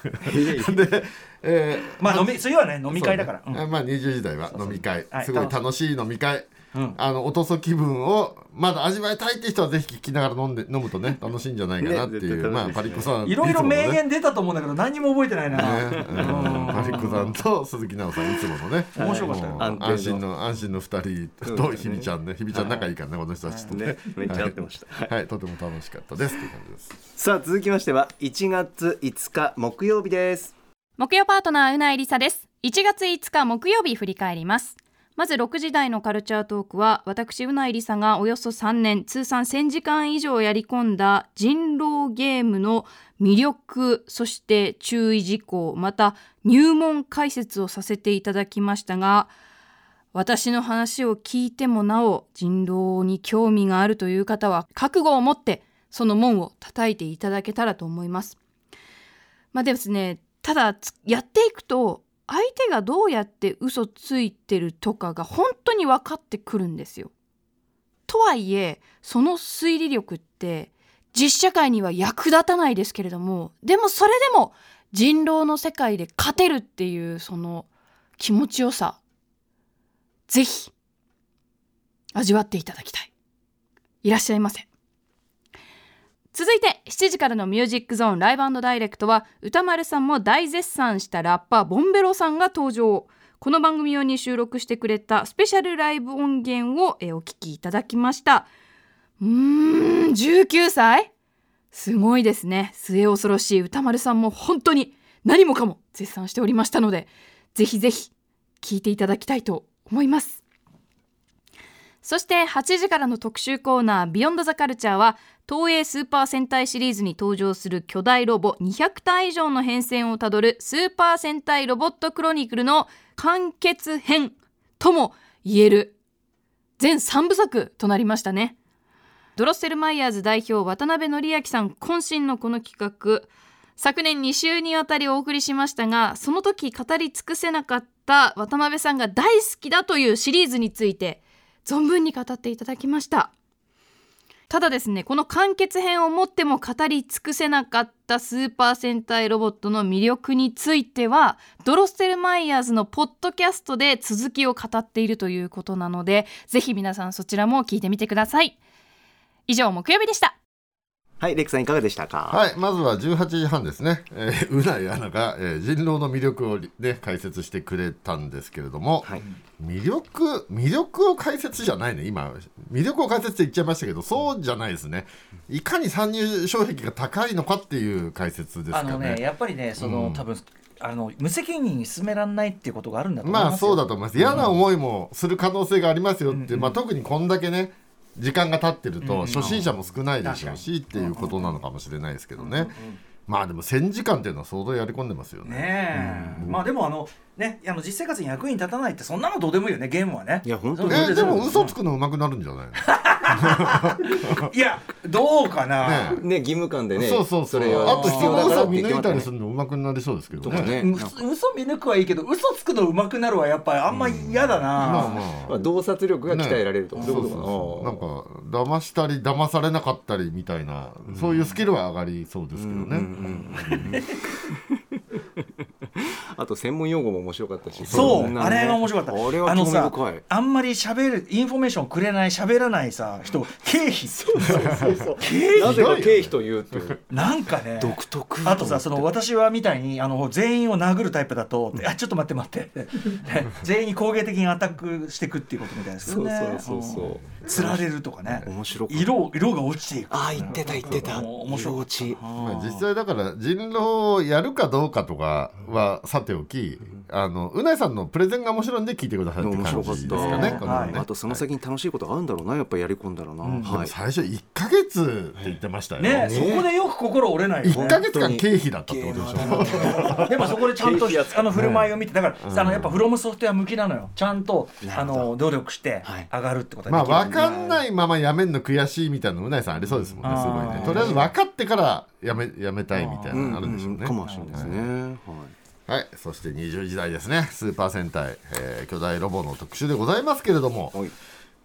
D: で、えー
E: まあ飲み次はね飲み会だから、
D: そうねあまあ20時代は飲み会
E: はい
D: すごい
E: 楽
D: 楽しい飲み会、あのおとそ気分をまだ味わいたいって人はぜひ聞きながら飲んで飲むとね楽しいんじゃないかなっていう、
G: ね絶対楽しいですね
D: まあパリコさん
E: うんいろいろ
D: つものね
E: 名言出たと思うんだけど何にも覚えてないな、
D: ねうんパリコさんと鈴木奈々さんいつものね
E: 面白かったよ
D: もう
G: 安定の
D: 安心の安心の2人
G: そう
D: と
G: です
D: ひ
G: ね
D: びちゃんねひびちゃん仲いいからねこの人たちとね
G: ねめっちゃ合ってました
D: はいとても楽しかったですっていう感じです
B: さあ続きましては1月5日木曜日です
J: 木曜パートナーうなえりさです1月5日木曜日振り返りますまず6時台のカルチャートークは私うなえりさがおよそ3年通算1000時間以上やり込んだ人狼ゲームの魅力そして注意事項また入門解説をさせていただきましたが私の話を聞いてもなお人狼に興味があるという方は覚悟を持ってその門を叩いていただけたらと思います。まあでもですねただつやっていくと相手がどうやって嘘ついてるとかが本当に分かってくるんですよ。とはいえその推理力って実社会には役立たないですけれどもでもそれでも人狼の世界で勝てるっていうその気持ちよさぜひ味わっていただきたいいらっしゃいませ続いて7時からの「ミュージックゾーンライブダイレクトは歌丸さんも大絶賛したラッパーボンベロさんが登場この番組用に収録してくれたスペシャルライブ音源をえーお聞きいただきましたうーん19歳すごいですね末恐ろしい歌丸さんも本当に何もかも絶賛しておりましたのでぜひぜひ聞いていただきたいと思いますそして8時からの特集コーナー「ビヨンドザカルチャーは東映スーパー戦隊シリーズに登場する巨大ロボ200体以上の変遷をたどる「スーパー戦隊ロボットクロニクル」の完結編とも言える全3部作となりましたね。ドロッセルマイヤーズ代表渡辺則明さん渾身のこの企画昨年2週にわたりお送りしましたがその時語り尽くせなかった渡辺さんが大好きだというシリーズについて存分に語っていただきましたただですねこの完結編をもっても語り尽くせなかったスーパー戦隊ロボットの魅力についてはドロッセルマイヤーズのポッドキャストで続きを語っているということなのでぜひ皆さんそちらも聞いてみてください以上木曜日でした
B: はい、レクさんいかがでしたか。
D: はい、まずは18時半ですね、えー、うないアナが、えー人狼の魅力を、ね、解説してくれたんですけれども、
B: はい
D: 魅力魅力を解説じゃないね今魅力を解説って言っちゃいましたけどそうじゃないですねいかに参入障壁が高いのかっていう解説ですか
E: あのね
D: ね
E: やっぱりねその、多分あの無責任に進められないっていうことがあるんだと思います
D: まあそうだ
E: と
D: と思います嫌な思いもする可能性がありますよって、まあ、特にこんだけね時間が経ってると初心者も少ないでしょうしっていうことなのかもしれないですけどねまあでも1000時間っていうのは相当やり込んでますよね。
E: ねえ、まあでもあのねあの実生活に役に立たないってそんなのどうでもいいよねゲームはね
B: いや、本当に。
D: え <laughs> でも嘘つくの上手くなるんじゃないの
E: いやどうかな、
D: ね
B: ね、義務感でね。
D: そうそうそう
B: れは
D: あと人の嘘を見抜いたりす
B: る。
D: るの上手くなりそうですけど
B: とか
D: ね
B: ね。
E: う嘘見抜くはいいけど嘘つくの上手くなるはやっぱりあんま嫌だな、
D: まあま
B: ま
D: あ
B: あ、洞察力が鍛えられると。
D: ね
B: そういうこ
D: そう
B: とかな。
D: そうなんか騙したり騙されなかったりみたいな、そういうスキルは上がりそうですけどね、
B: あと専門用語も面白かったし。
E: そう、
B: んな
E: あ
B: ね
E: れが面白かった。
B: あれは
E: の
B: 興味
E: さ
B: 深い。
E: あんまり喋る、インフォメーションくれない、喋らないさ、人、経費。経
B: な
E: 費。
B: ぜか経費というっていう。
E: なんかね。
B: 独特。
E: あとさその私はみたいにあの全員を殴るタイプだと「あちょっと待って待って」
B: <laughs>
E: ね全員に攻撃的にアタックしていくっていうことみたいです
B: そ
E: よ
B: う
E: ね
B: そうそうそう。
E: うんつられるとかね
B: 面白かった。
E: 色色が落ちていく
B: ああ、言ってた、言ってた。
E: 面白かっ
B: 落ち。
D: まあ、実際だから人狼をやるかどうかとかはさておき、あのうないさんのプレゼンが面白いんで聞いてくださいって
B: 面
D: 感
B: 白
D: じ
B: かっ
D: です
B: た。
D: かね。この
E: は
D: ね
E: い
B: あとその先に楽しいことあるんだろうな、やっぱやり込んだらな。は
D: はいい、。最初1か月って言ってましたよ
E: ねそこでよく心折れないよ
D: 1
E: ね
D: か月間経費だったってことでしょ
E: でもそこでちゃんとあの振る舞いを見てだからあのやっぱフロムソフトウェア向きなのよちゃんとあの努力して
B: はい
E: 上がるってこと
D: まあ
E: ができる
D: 分かんないままやめんの悔しいみたいなのうないさんありそうですもんねすごいねとりあえず分かってからやめやめたいみたいなのあるんでしょうね
B: かもしれないですね。はい。
D: はい、そして20時代ですね、スーパー戦隊、えー巨大ロボの特集でございますけれども、
B: はい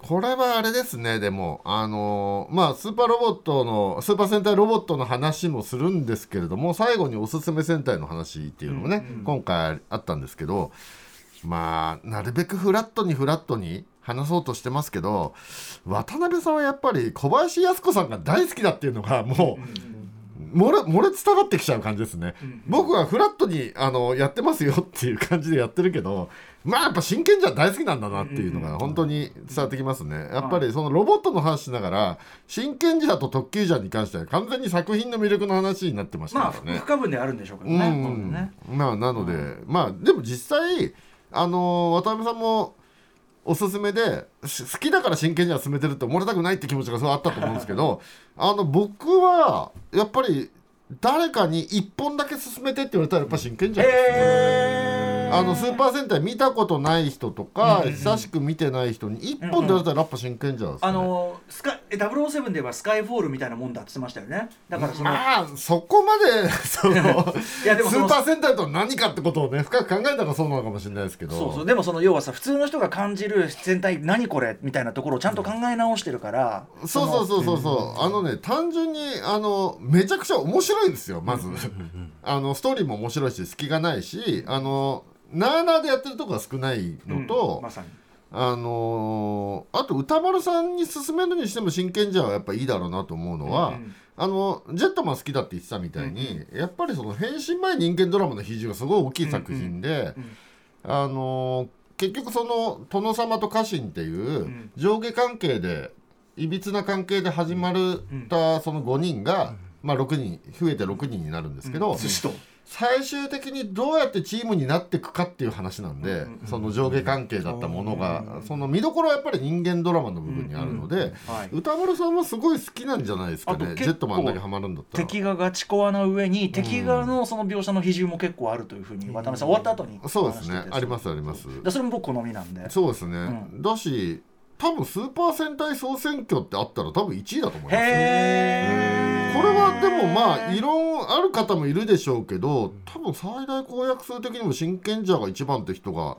D: これはあれですね、でも、あのーまあ、スーパーロボットの、スーパー戦隊ロボットの話もするんですけれども、最後におすすめ戦隊の話っていうのもね、今回あったんですけど、まあ、なるべくフラットにフラットに話そうとしてますけど、渡辺さんはやっぱり小林靖子さんが大好きだっていうのが、もう、漏れ漏れ伝わってきちゃう感じですね、僕はフラットにあのやってますよっていう感じでやってるけどまあやっぱ真剣じゃ大好きなんだなっていうのが本当に伝わってきますね、やっぱりそのロボットの話しながら真剣じゃと特急じゃに関しては完全に作品の魅力の話になってました
E: まあ
D: からね、
E: 不可分であるんでしょうけど
D: う
E: ね
D: ん
E: こういうのね
D: まあなので、まあでも実際あの渡辺さんもおすすめでし好きだから真剣には進めてるって思われたくないって気持ちがそうあったと思うんです
E: <laughs>
D: けどあの僕はやっぱり誰かに一本だけ進めてって言われたらやっぱ真剣じゃないですか、あのスーパー戦隊見たことない人とか、久しく見てない人に一本で言われたらやっぱ真剣じゃないですか、
E: あのスカえ007で言えばスカイフォールみたいなもんだって言ってましたよねだからその
D: まあそこ
E: <laughs>
D: までその
E: いやでも
D: ス
E: その
D: ーパー戦隊とは何かってことをね深く考えたらそうなのかもしれないですけど
E: そうそうでもその要はさ普通の人が感じる全体何これみたいなところをちゃんと考え直してるから
D: そうそうそうそうそうあのね単純にあのめちゃくちゃ面白いんですよまずあのストーリーも面白いし隙がないしあのなあなあでやってるとこが少ない
E: うん
D: のと、
E: まさに
D: あのーあと歌丸さんに勧めるにしても真剣じゃやっぱいいだろうなと思うのは、あのジェットマン好きだって言ってたみたいに、やっぱりその変身前人間ドラマの比重がすごい大きい作品で、あのー結局その殿様と家臣っていう上下関係でいびつな関係で始まるたその5人が、まあ、6人増えて6人になるんですけど、
E: 寿司と
D: 最終的にどうやってチームになっていくかっていう話なんで、その上下関係だったものが、その見どころはやっぱり人間ドラマの部分にあるので、
E: はい
D: 歌丸さんもすごい好きなんじゃないですか
E: あと
D: ね
E: 結構
D: ジェットマンだけハマるんだったら。
E: 敵がガチコアな上に敵側のその描写の比重も結構あるというふうに渡辺さん終わった後に
D: そうですね
E: 話してて
D: ありますあります
E: でそれも僕好みなんで
D: そうですね、
E: う
D: だし多分スーパー戦隊総選挙ってあったら多分1位だと思いますよ
E: へ
D: これはでもまあ異論ある方もいるでしょうけど多分最大公約数的にも真剣者が一番って人が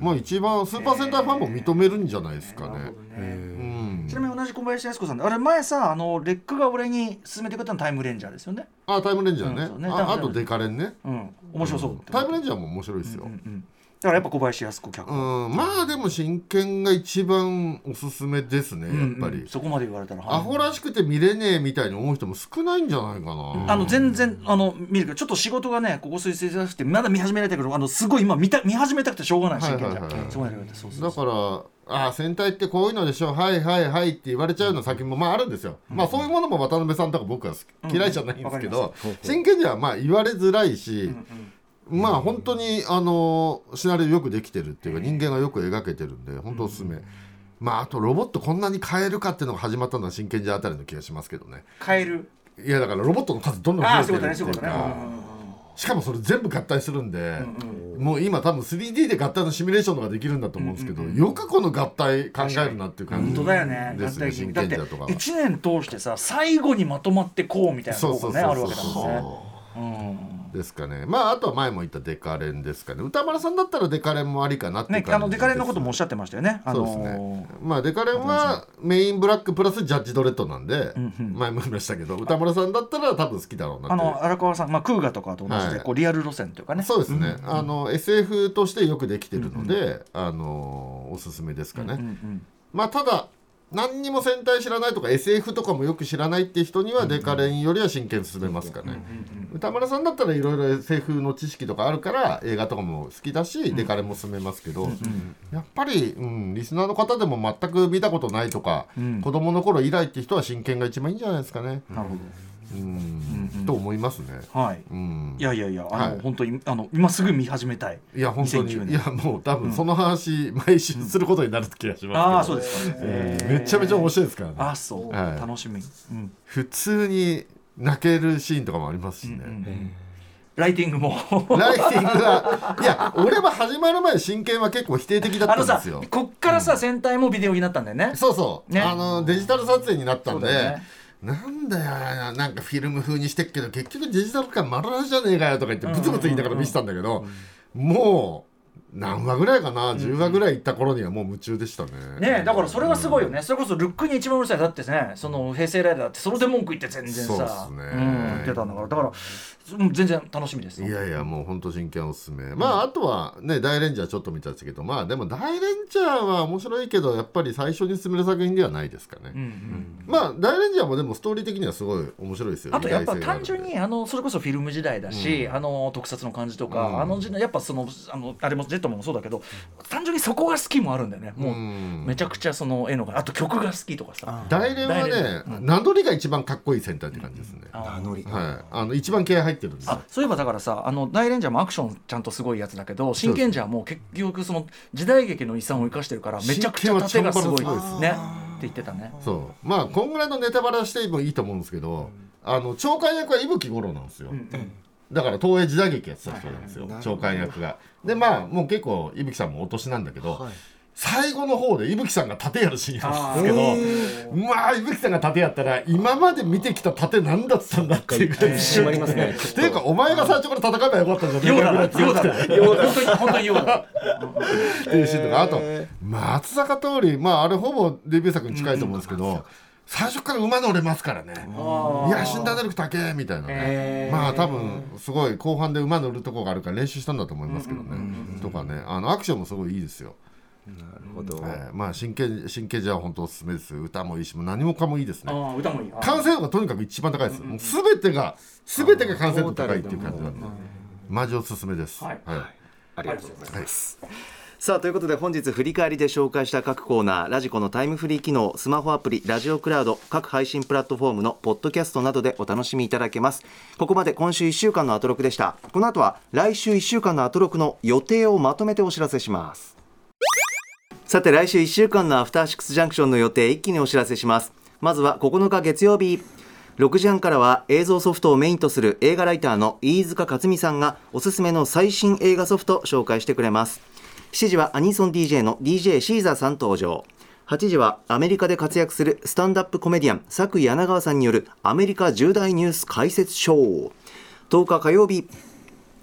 D: まあ一番スーパー戦隊ファンも認めるんじゃないですかね。うん
E: ちなみに同じ小林靖子さんであれ前さあのレックが俺に勧めてくれたのタイムレンジャーですよね
D: あタイムレンジャー
E: うんそうね
D: ね。
E: 多分
D: ああとデカレンね。
E: うん面白そうって
D: タイムレンジャーも面白いですよ。
E: うんうんだからやっぱ小林靖子脚
D: う
E: 本
D: んまあでも真剣が一番おすすめですねやっぱ
E: うんうん
D: り。
E: そこまで言われたら
D: アホらしくて見れねえみたいに思う人も少ないんじゃないかな。
E: あの全然あの見るけどちょっと仕事がねここ数日忙しくてまだ見始められたけどあのすごい今見た見始めたくてしょうがない真剣じゃ
D: はいはいはい
E: んそこまで言われてそうそう
D: だ
E: そう
D: から、ああ、戦隊ってこういうのでしょ、はいはいはいって言われちゃうの先も、まああるんですよ。まあそういうものも渡辺さんとか僕は好き
E: うん
D: 嫌いじゃないんですけ
E: わ
D: ど、真剣にはまあ言われづらいし、まあ本当に、あのー、シナリオよくできてるっていうか、人間がよく描けてるんで、本当おすすめ。まああとロボットこんなに変えるかっていうのが始まったのは真剣じゃあたりの気がしますけどね。
E: 変える
D: いやだからロボットの数どんどん
E: ああそ
D: 増
E: うい
D: え
E: う
D: て
E: こと
D: る
E: ねそう
D: ってい
E: いううことね
D: か。しかもそれ全部合体するんで、もう今多分 3D で合体のシミュレーションとかできるんだと思うんですけど、よくこの合体考えるなっていう感じ
E: 本当だよね
D: ですね真
E: だっ
D: 剣
E: て
D: 者とかは
E: 1年通してさ最後にまとまってこうみたいな
D: そ
E: と
D: うそ
E: こ
D: う
E: が
D: そ
E: ねあ
D: うそう
E: るわけだもんね
D: ですかねまああとは前も言ったデカレンですかね歌丸さんだったらデカレンもありかなっていう
E: ね
D: 感じ、
E: あのデカレンのこともおっしゃってましたよね。あ
D: そ
E: の
D: うです
E: ー
D: ねまあデカレンはメインブラックプラスジャッジドレッドなんで、前も言いましたけど歌丸さんだったら多分好きだろうなって
E: あ
D: いう
E: の荒川さん、まあ、クーガとかと同じで、
D: はい
E: こうリアル路線というかね。
D: そうですね、あの SF としてよくできてるので、あのおすすめですかね、まあただ何にも戦隊知らないとか SF とかもよく知らないって人にはデカレンよりは真剣に進めますかね、歌丸さんだったらいろいろ SF の知識とかあるから映画とかも好きだし、デカレンも進めますけど、やっぱり、うん、リスナーの方でも全く見たことないとか、子供の頃以来って人は真剣が一番いいんじゃないですかね、
E: なるほ
D: うんと思いますね、
E: ど。はい。
D: うん
E: い、やいやいや、あの、
D: はい
E: 本当に、あの、今すぐ見始めたい。
D: いや本
E: 2009
D: 当にい
E: 年
D: やもう多分その話毎週することになる気がしますけど、
E: ああ、そうですか。
D: えーめちゃめちゃ面白いですからね
E: ああ、そう、
D: はい
E: 楽しみ。うん。
D: 普通に泣けるシーンとかもありますしね、
E: ライティング
D: <laughs>
E: も。
D: ライティングはいや俺は始まる前真剣は結構否定的だ
E: あ
D: っ
E: の
D: たん
E: さ
D: ですよ、
E: こっからさ、戦隊もビデオになったんだよね。
D: そうそう、
E: ね
D: あのデジタル撮影になったんで、
E: そうだよね
D: なんだよなんかフィルム風にしてっけど結局デジタル感丸出しじゃねえかよとか言ってブツブツ言いながら見せたんだけど、もう何話ぐらいかな、10話ぐらいいった頃にはもう夢中でしたね
E: ねえだからそれがすごいよね、それこそルックに一番うるさいだってねその平成ライダーってそれで文句言って全然
D: そうっ
E: さ
D: すね
E: ん、言ってたんだからだからうん全然楽しみです
D: いやいやもう本当真剣おすすめまああとはね大レンジャーちょっと見たんですけどまあでも大レンジャーは面白いけどやっぱり最初に進める作品ではないですかね、まあ大レンジャーもでもストーリー的にはすごい面白いですよ
E: あとやっぱ
D: 意外性があ
E: 単
D: るんで
E: 純にあのそれこそフィルム時代だし、あの特撮の感じとか、あの時代やっぱそのあのあれもジェットマンもそうだけど単純にそこが好きもあるんだよねもう、
D: ん
E: めちゃくちゃその絵のがあと曲が好きとかさ
D: 大連は
E: 大連
D: ね、名乗りが一番かっこいいセンターって感じですね、
E: あの
D: はいあの一番気合入ってるんですよ
E: あそういえばだからさあの大レンジャーもアクションちゃんとすごいやつだけど真剣じゃもう結局その時代劇の遺産を生かしてるからめちゃくちゃ縦がすごい
D: 真剣は超
E: ねって言ってたね
D: そうまあこんぐらいのネタバレはしてもいいと思うんですけど、あの長官役は伊吹五郎なんですよ、だから東映時代劇やってた人なんですよ長官役がでまあもう結構伊吹さんもお年なんだけど、最後の方で伊吹さんが盾やるシーンなんですけどまあ伊吹さんが盾やったら今まで見てきた盾何だったんだっていうぐらい
G: 締まりますね
D: っていうかお前が最初から戦えばよかったんじゃ
E: よ
D: ねえ
E: う
D: かぐら
E: だ
D: い
E: だようだようだ本当に本当にようだ
D: っていうシーンとかあと松坂桃李まああれほぼデビュー作に近いと思うんですけど、最初から馬乗れますからねいや身体能力高えみたいなね、まあ多分すごい後半で馬乗るとこがあるから練習したんだと思いますけどね、とかねあのアクションもすごいいいですよ、
G: なるほど
D: えーまあ真剣真剣じゃ本当おすすめです歌もいいしもう何もかもいいです
E: あ
D: ね
E: ー歌もいいあー
D: 完成度がとにかく一番高いです、もう全てが全てが完成度高いっていう感じなんでマジおすすめです、
E: はい
D: はい
G: ありがとうございます
B: さあということで本日振り返りで紹介した各コーナーラジコのタイムフリー機能スマホアプリラジオクラウド各配信プラットフォームのポッドキャストなどでお楽しみいただけますここまで今週1週間のアトロクでしたこの後は来週1週間のアトロクの予定をまとめてお知らせしますさて来週1週間のアフターシックスジャンクションの予定一気にお知らせしますまずは9日月曜日6時半からは映像ソフトをメインとする映画ライターの飯塚克美さんがおすすめの最新映画ソフトを紹介してくれます7時はアニソン DJ の DJ シーザーさん登場8時はアメリカで活躍するスタンダップコメディアン佐久井柳川さんによるアメリカ重大ニュース解説ショー10日火曜日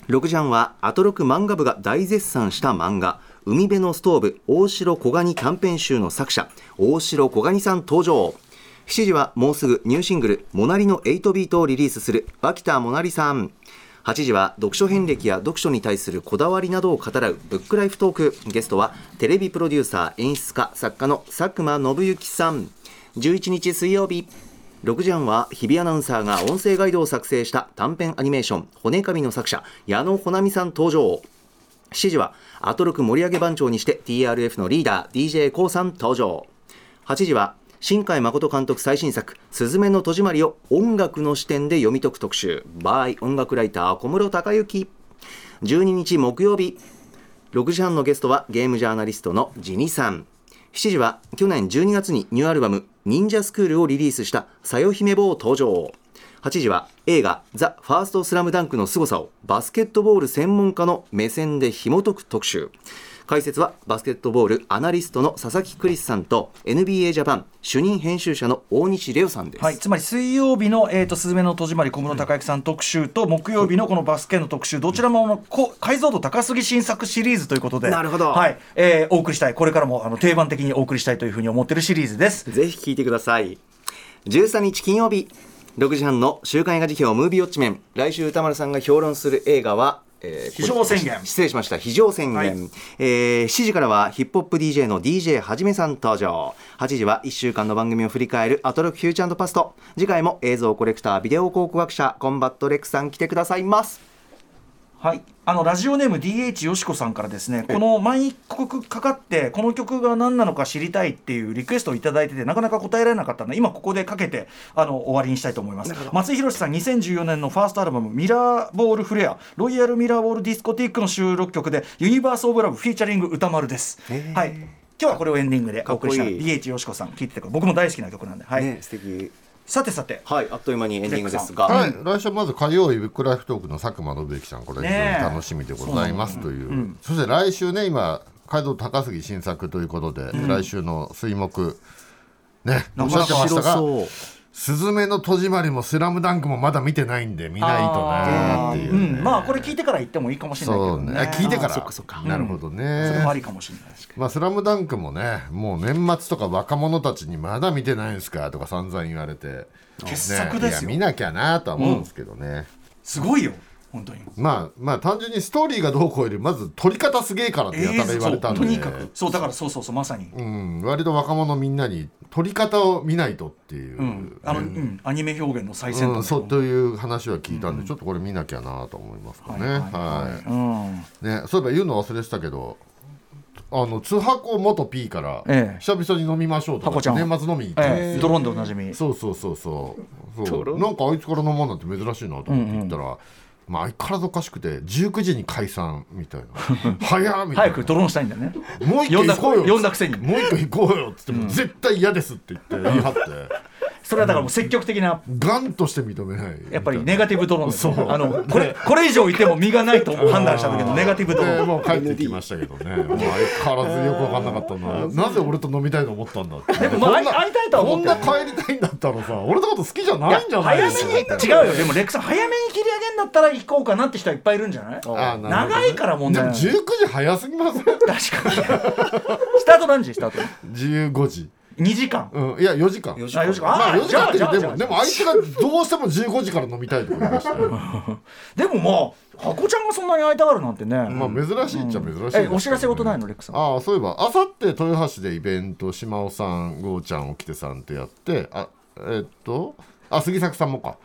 B: 6時半はアトロク漫画部が大絶賛した漫画「海辺のストーブ大城小蟹キャンペーン集」の作者大城小蟹さん登場7時はもうすぐニューシングル「モナリの8ビート」をリリースする脇田モナリさん8時は読書遍歴や読書に対するこだわりなどを語らうブックライフトークゲストはテレビプロデューサー演出家作家の佐久間信之さん11日水曜日6時半は日比アナウンサーが音声ガイドを作成した短編アニメーション「骨神」の作者矢野穂奈美さん登場7時はアトロク盛り上げ番長にして TRF のリーダー d j k o さん登場8時は新海誠監督最新作「すずめの戸締まり」を音楽の視点で読み解く特集 by 音楽ライター小室孝之12日木曜日6時半のゲストはゲームジャーナリストのジニさん7時は去年12月にニューアルバム「忍者スクール」をリリースしたさよ姫坊登場8時は映画「ザ・ファーストスラムダンクの凄さをバスケットボール専門家の目線で紐解く特集解説はバスケットボールアナリストの佐々木クリスさんと NBA ジャパン主任編集者の大西レオさんです、
E: はい、つまり水曜日の「えー、とすずめの戸締まり」小室孝之さん特集と、木曜日のこのバスケの特集どちらもこ解像度高すぎ新作シリーズということで
B: なるほど
E: はいえーお送りしたいこれからもあの定番的にお送りしたいというふうに思ってるシリーズです。
B: ぜひ聞いてください13日金曜日6時半の週刊映画辞表ムービーウォッチメン来週歌丸さんが評論する映画は、えー
E: 非常宣言
B: 失礼しました非常宣言、
E: はい
B: えー7時からはヒップホップ DJ の DJ はじめさん登場8時は1週間の番組を振り返るアトロックフューチャーパスト次回も映像コレクタービデオ考古学者コンバットレックさん来てくださいます
E: はい、あのラジオネーム DH よしこさんからですね、この毎曲かかって、この曲が何なのか知りたいっていうリクエストをいただいてて、なかなか答えられなかったので、今ここでかけてあの終わりにしたいと思います。松井宏さん、2014年のファーストアルバム、ミラーボールフレア、ロイヤルミラーボールディスコティックの収録曲で、ユニバース・オブ・ラブ、フィーチャリング歌丸です。はい今日はこれをエンディングでお送りした
B: かっこいい
E: DH よしこさん、聴いてください僕も大好きな曲なんで、はい
B: ね素敵
E: さてさて、
B: はいあっという間にエンディングですが
D: はい、来週まず火曜日ブックライフトークの佐久間信之さんこれ非常に楽しみでございますという、そして来週ね今街道高杉新作ということで、来週の水木ねおっしゃってましたが
B: そう
D: 「すずめの戸締まり」も「スラムダンクもまだ見てないんで見ないとなっていうう、
E: ん、まあこれ聞いてから言ってもいいかもしれないけ
D: そ
E: ど
D: う
E: ね
D: ねあ聞いてか
B: あそっかそっから
D: なるほ
E: そ
D: どね
E: れもありかもしれないですけ
D: まあ、スラムダンクもね、もう年末とか若者たちにまだ見てないんですかとか散々言われて、
E: 傑作ですよ
D: ねいや見なきゃなとは思うんですけどね、
E: どすごいよ本当に
D: まあまあ単純にストーリーがどうこうよりまず撮り方すげえからってやたら言われたんで、
E: そうとにかくそうだからそうそうそうまさに、
D: うん、割と若者みんなに撮り方を見ないとっていう、
E: うんあのうん、アニメ表現の最先端
D: う
E: だ
D: ん
E: と
D: そ
E: 思
D: うという話は聞いたんで、ちょっとこれ見なきゃなと思いますか
E: は
D: ね。
E: いはい
D: はい
E: うん
D: ね、そういえば言うの忘れてたけどあの通箱元 P から
E: ええ
D: 久々に飲みましょうと
E: 箱ち
D: か
E: ゃん
D: 年末飲みに行ったんです
E: ええ、ド
D: よ、
E: ローンでおなじみ
D: そうそうそうそうそうなんかあいつから飲まんなんて珍しいなと思って行ったら、まあ、相変わらずおかしくて19時に解散み
E: <laughs>
D: たいな早っみた
E: 早
D: いな
E: くドローンしたいんだね
D: もう一
E: 呼ん
D: 回
E: だ
D: 行こうよ
E: 呼んだくせに
D: もう一回行こうよっつって、も絶対嫌ですって言って言い張って
E: それはだからもう積極的な
D: ガンとして認めない
E: やっぱりネガティブドローンですね
D: そう
E: あのこれこれ以上いても身がないと判断した時のネガティブドロ
D: で
E: ーン
D: もう帰ってきましたけどね、もう相変わらずよく分かんなかっ
E: <laughs>
D: たな、なぜ俺と飲みたいと思ったんだって、
E: もまあ
D: こんな
E: 会いたいとは思ってる
D: こんな帰りたいんだったらさ、俺のこと好きじゃないんじゃない
E: 早
D: で
E: め
D: すか
E: に違うよでもレックさん早めに切り上げんだったら行こうかなって人はいっぱいいるんじゃない
D: あなるほど
E: 長いから問
D: で
E: 題
D: も
E: ない
D: 19時早すぎません
E: 確かにスタート何時スタート
D: 15時、
E: 2時間
D: うん、いや4時間
E: 時間あ4時間
D: まあ
E: あ
D: 4時間って
E: じゃあ
D: で
E: じゃあ
D: もでもあいつがどうしても15時から飲みたいとか言いました
E: <laughs>
D: よ
E: でもまあハコちゃんがそんなに会いたがるなんてね、
D: まあ珍しいっちゃ珍しいですけ
E: え
D: どね
E: お知らせ事ないのレックさん
D: ああそういえばあさって豊橋でイベント島尾さんゴーちゃん沖手さんってやってあえっとあ杉作さんもか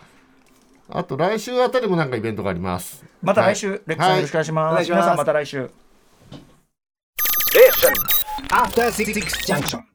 D: あと来週あたりもなんかイベントがあります
E: また来週、レックさんよろしくお願いします,、
B: はいお願いします
E: 皆さんまた来週
G: After Six Junction.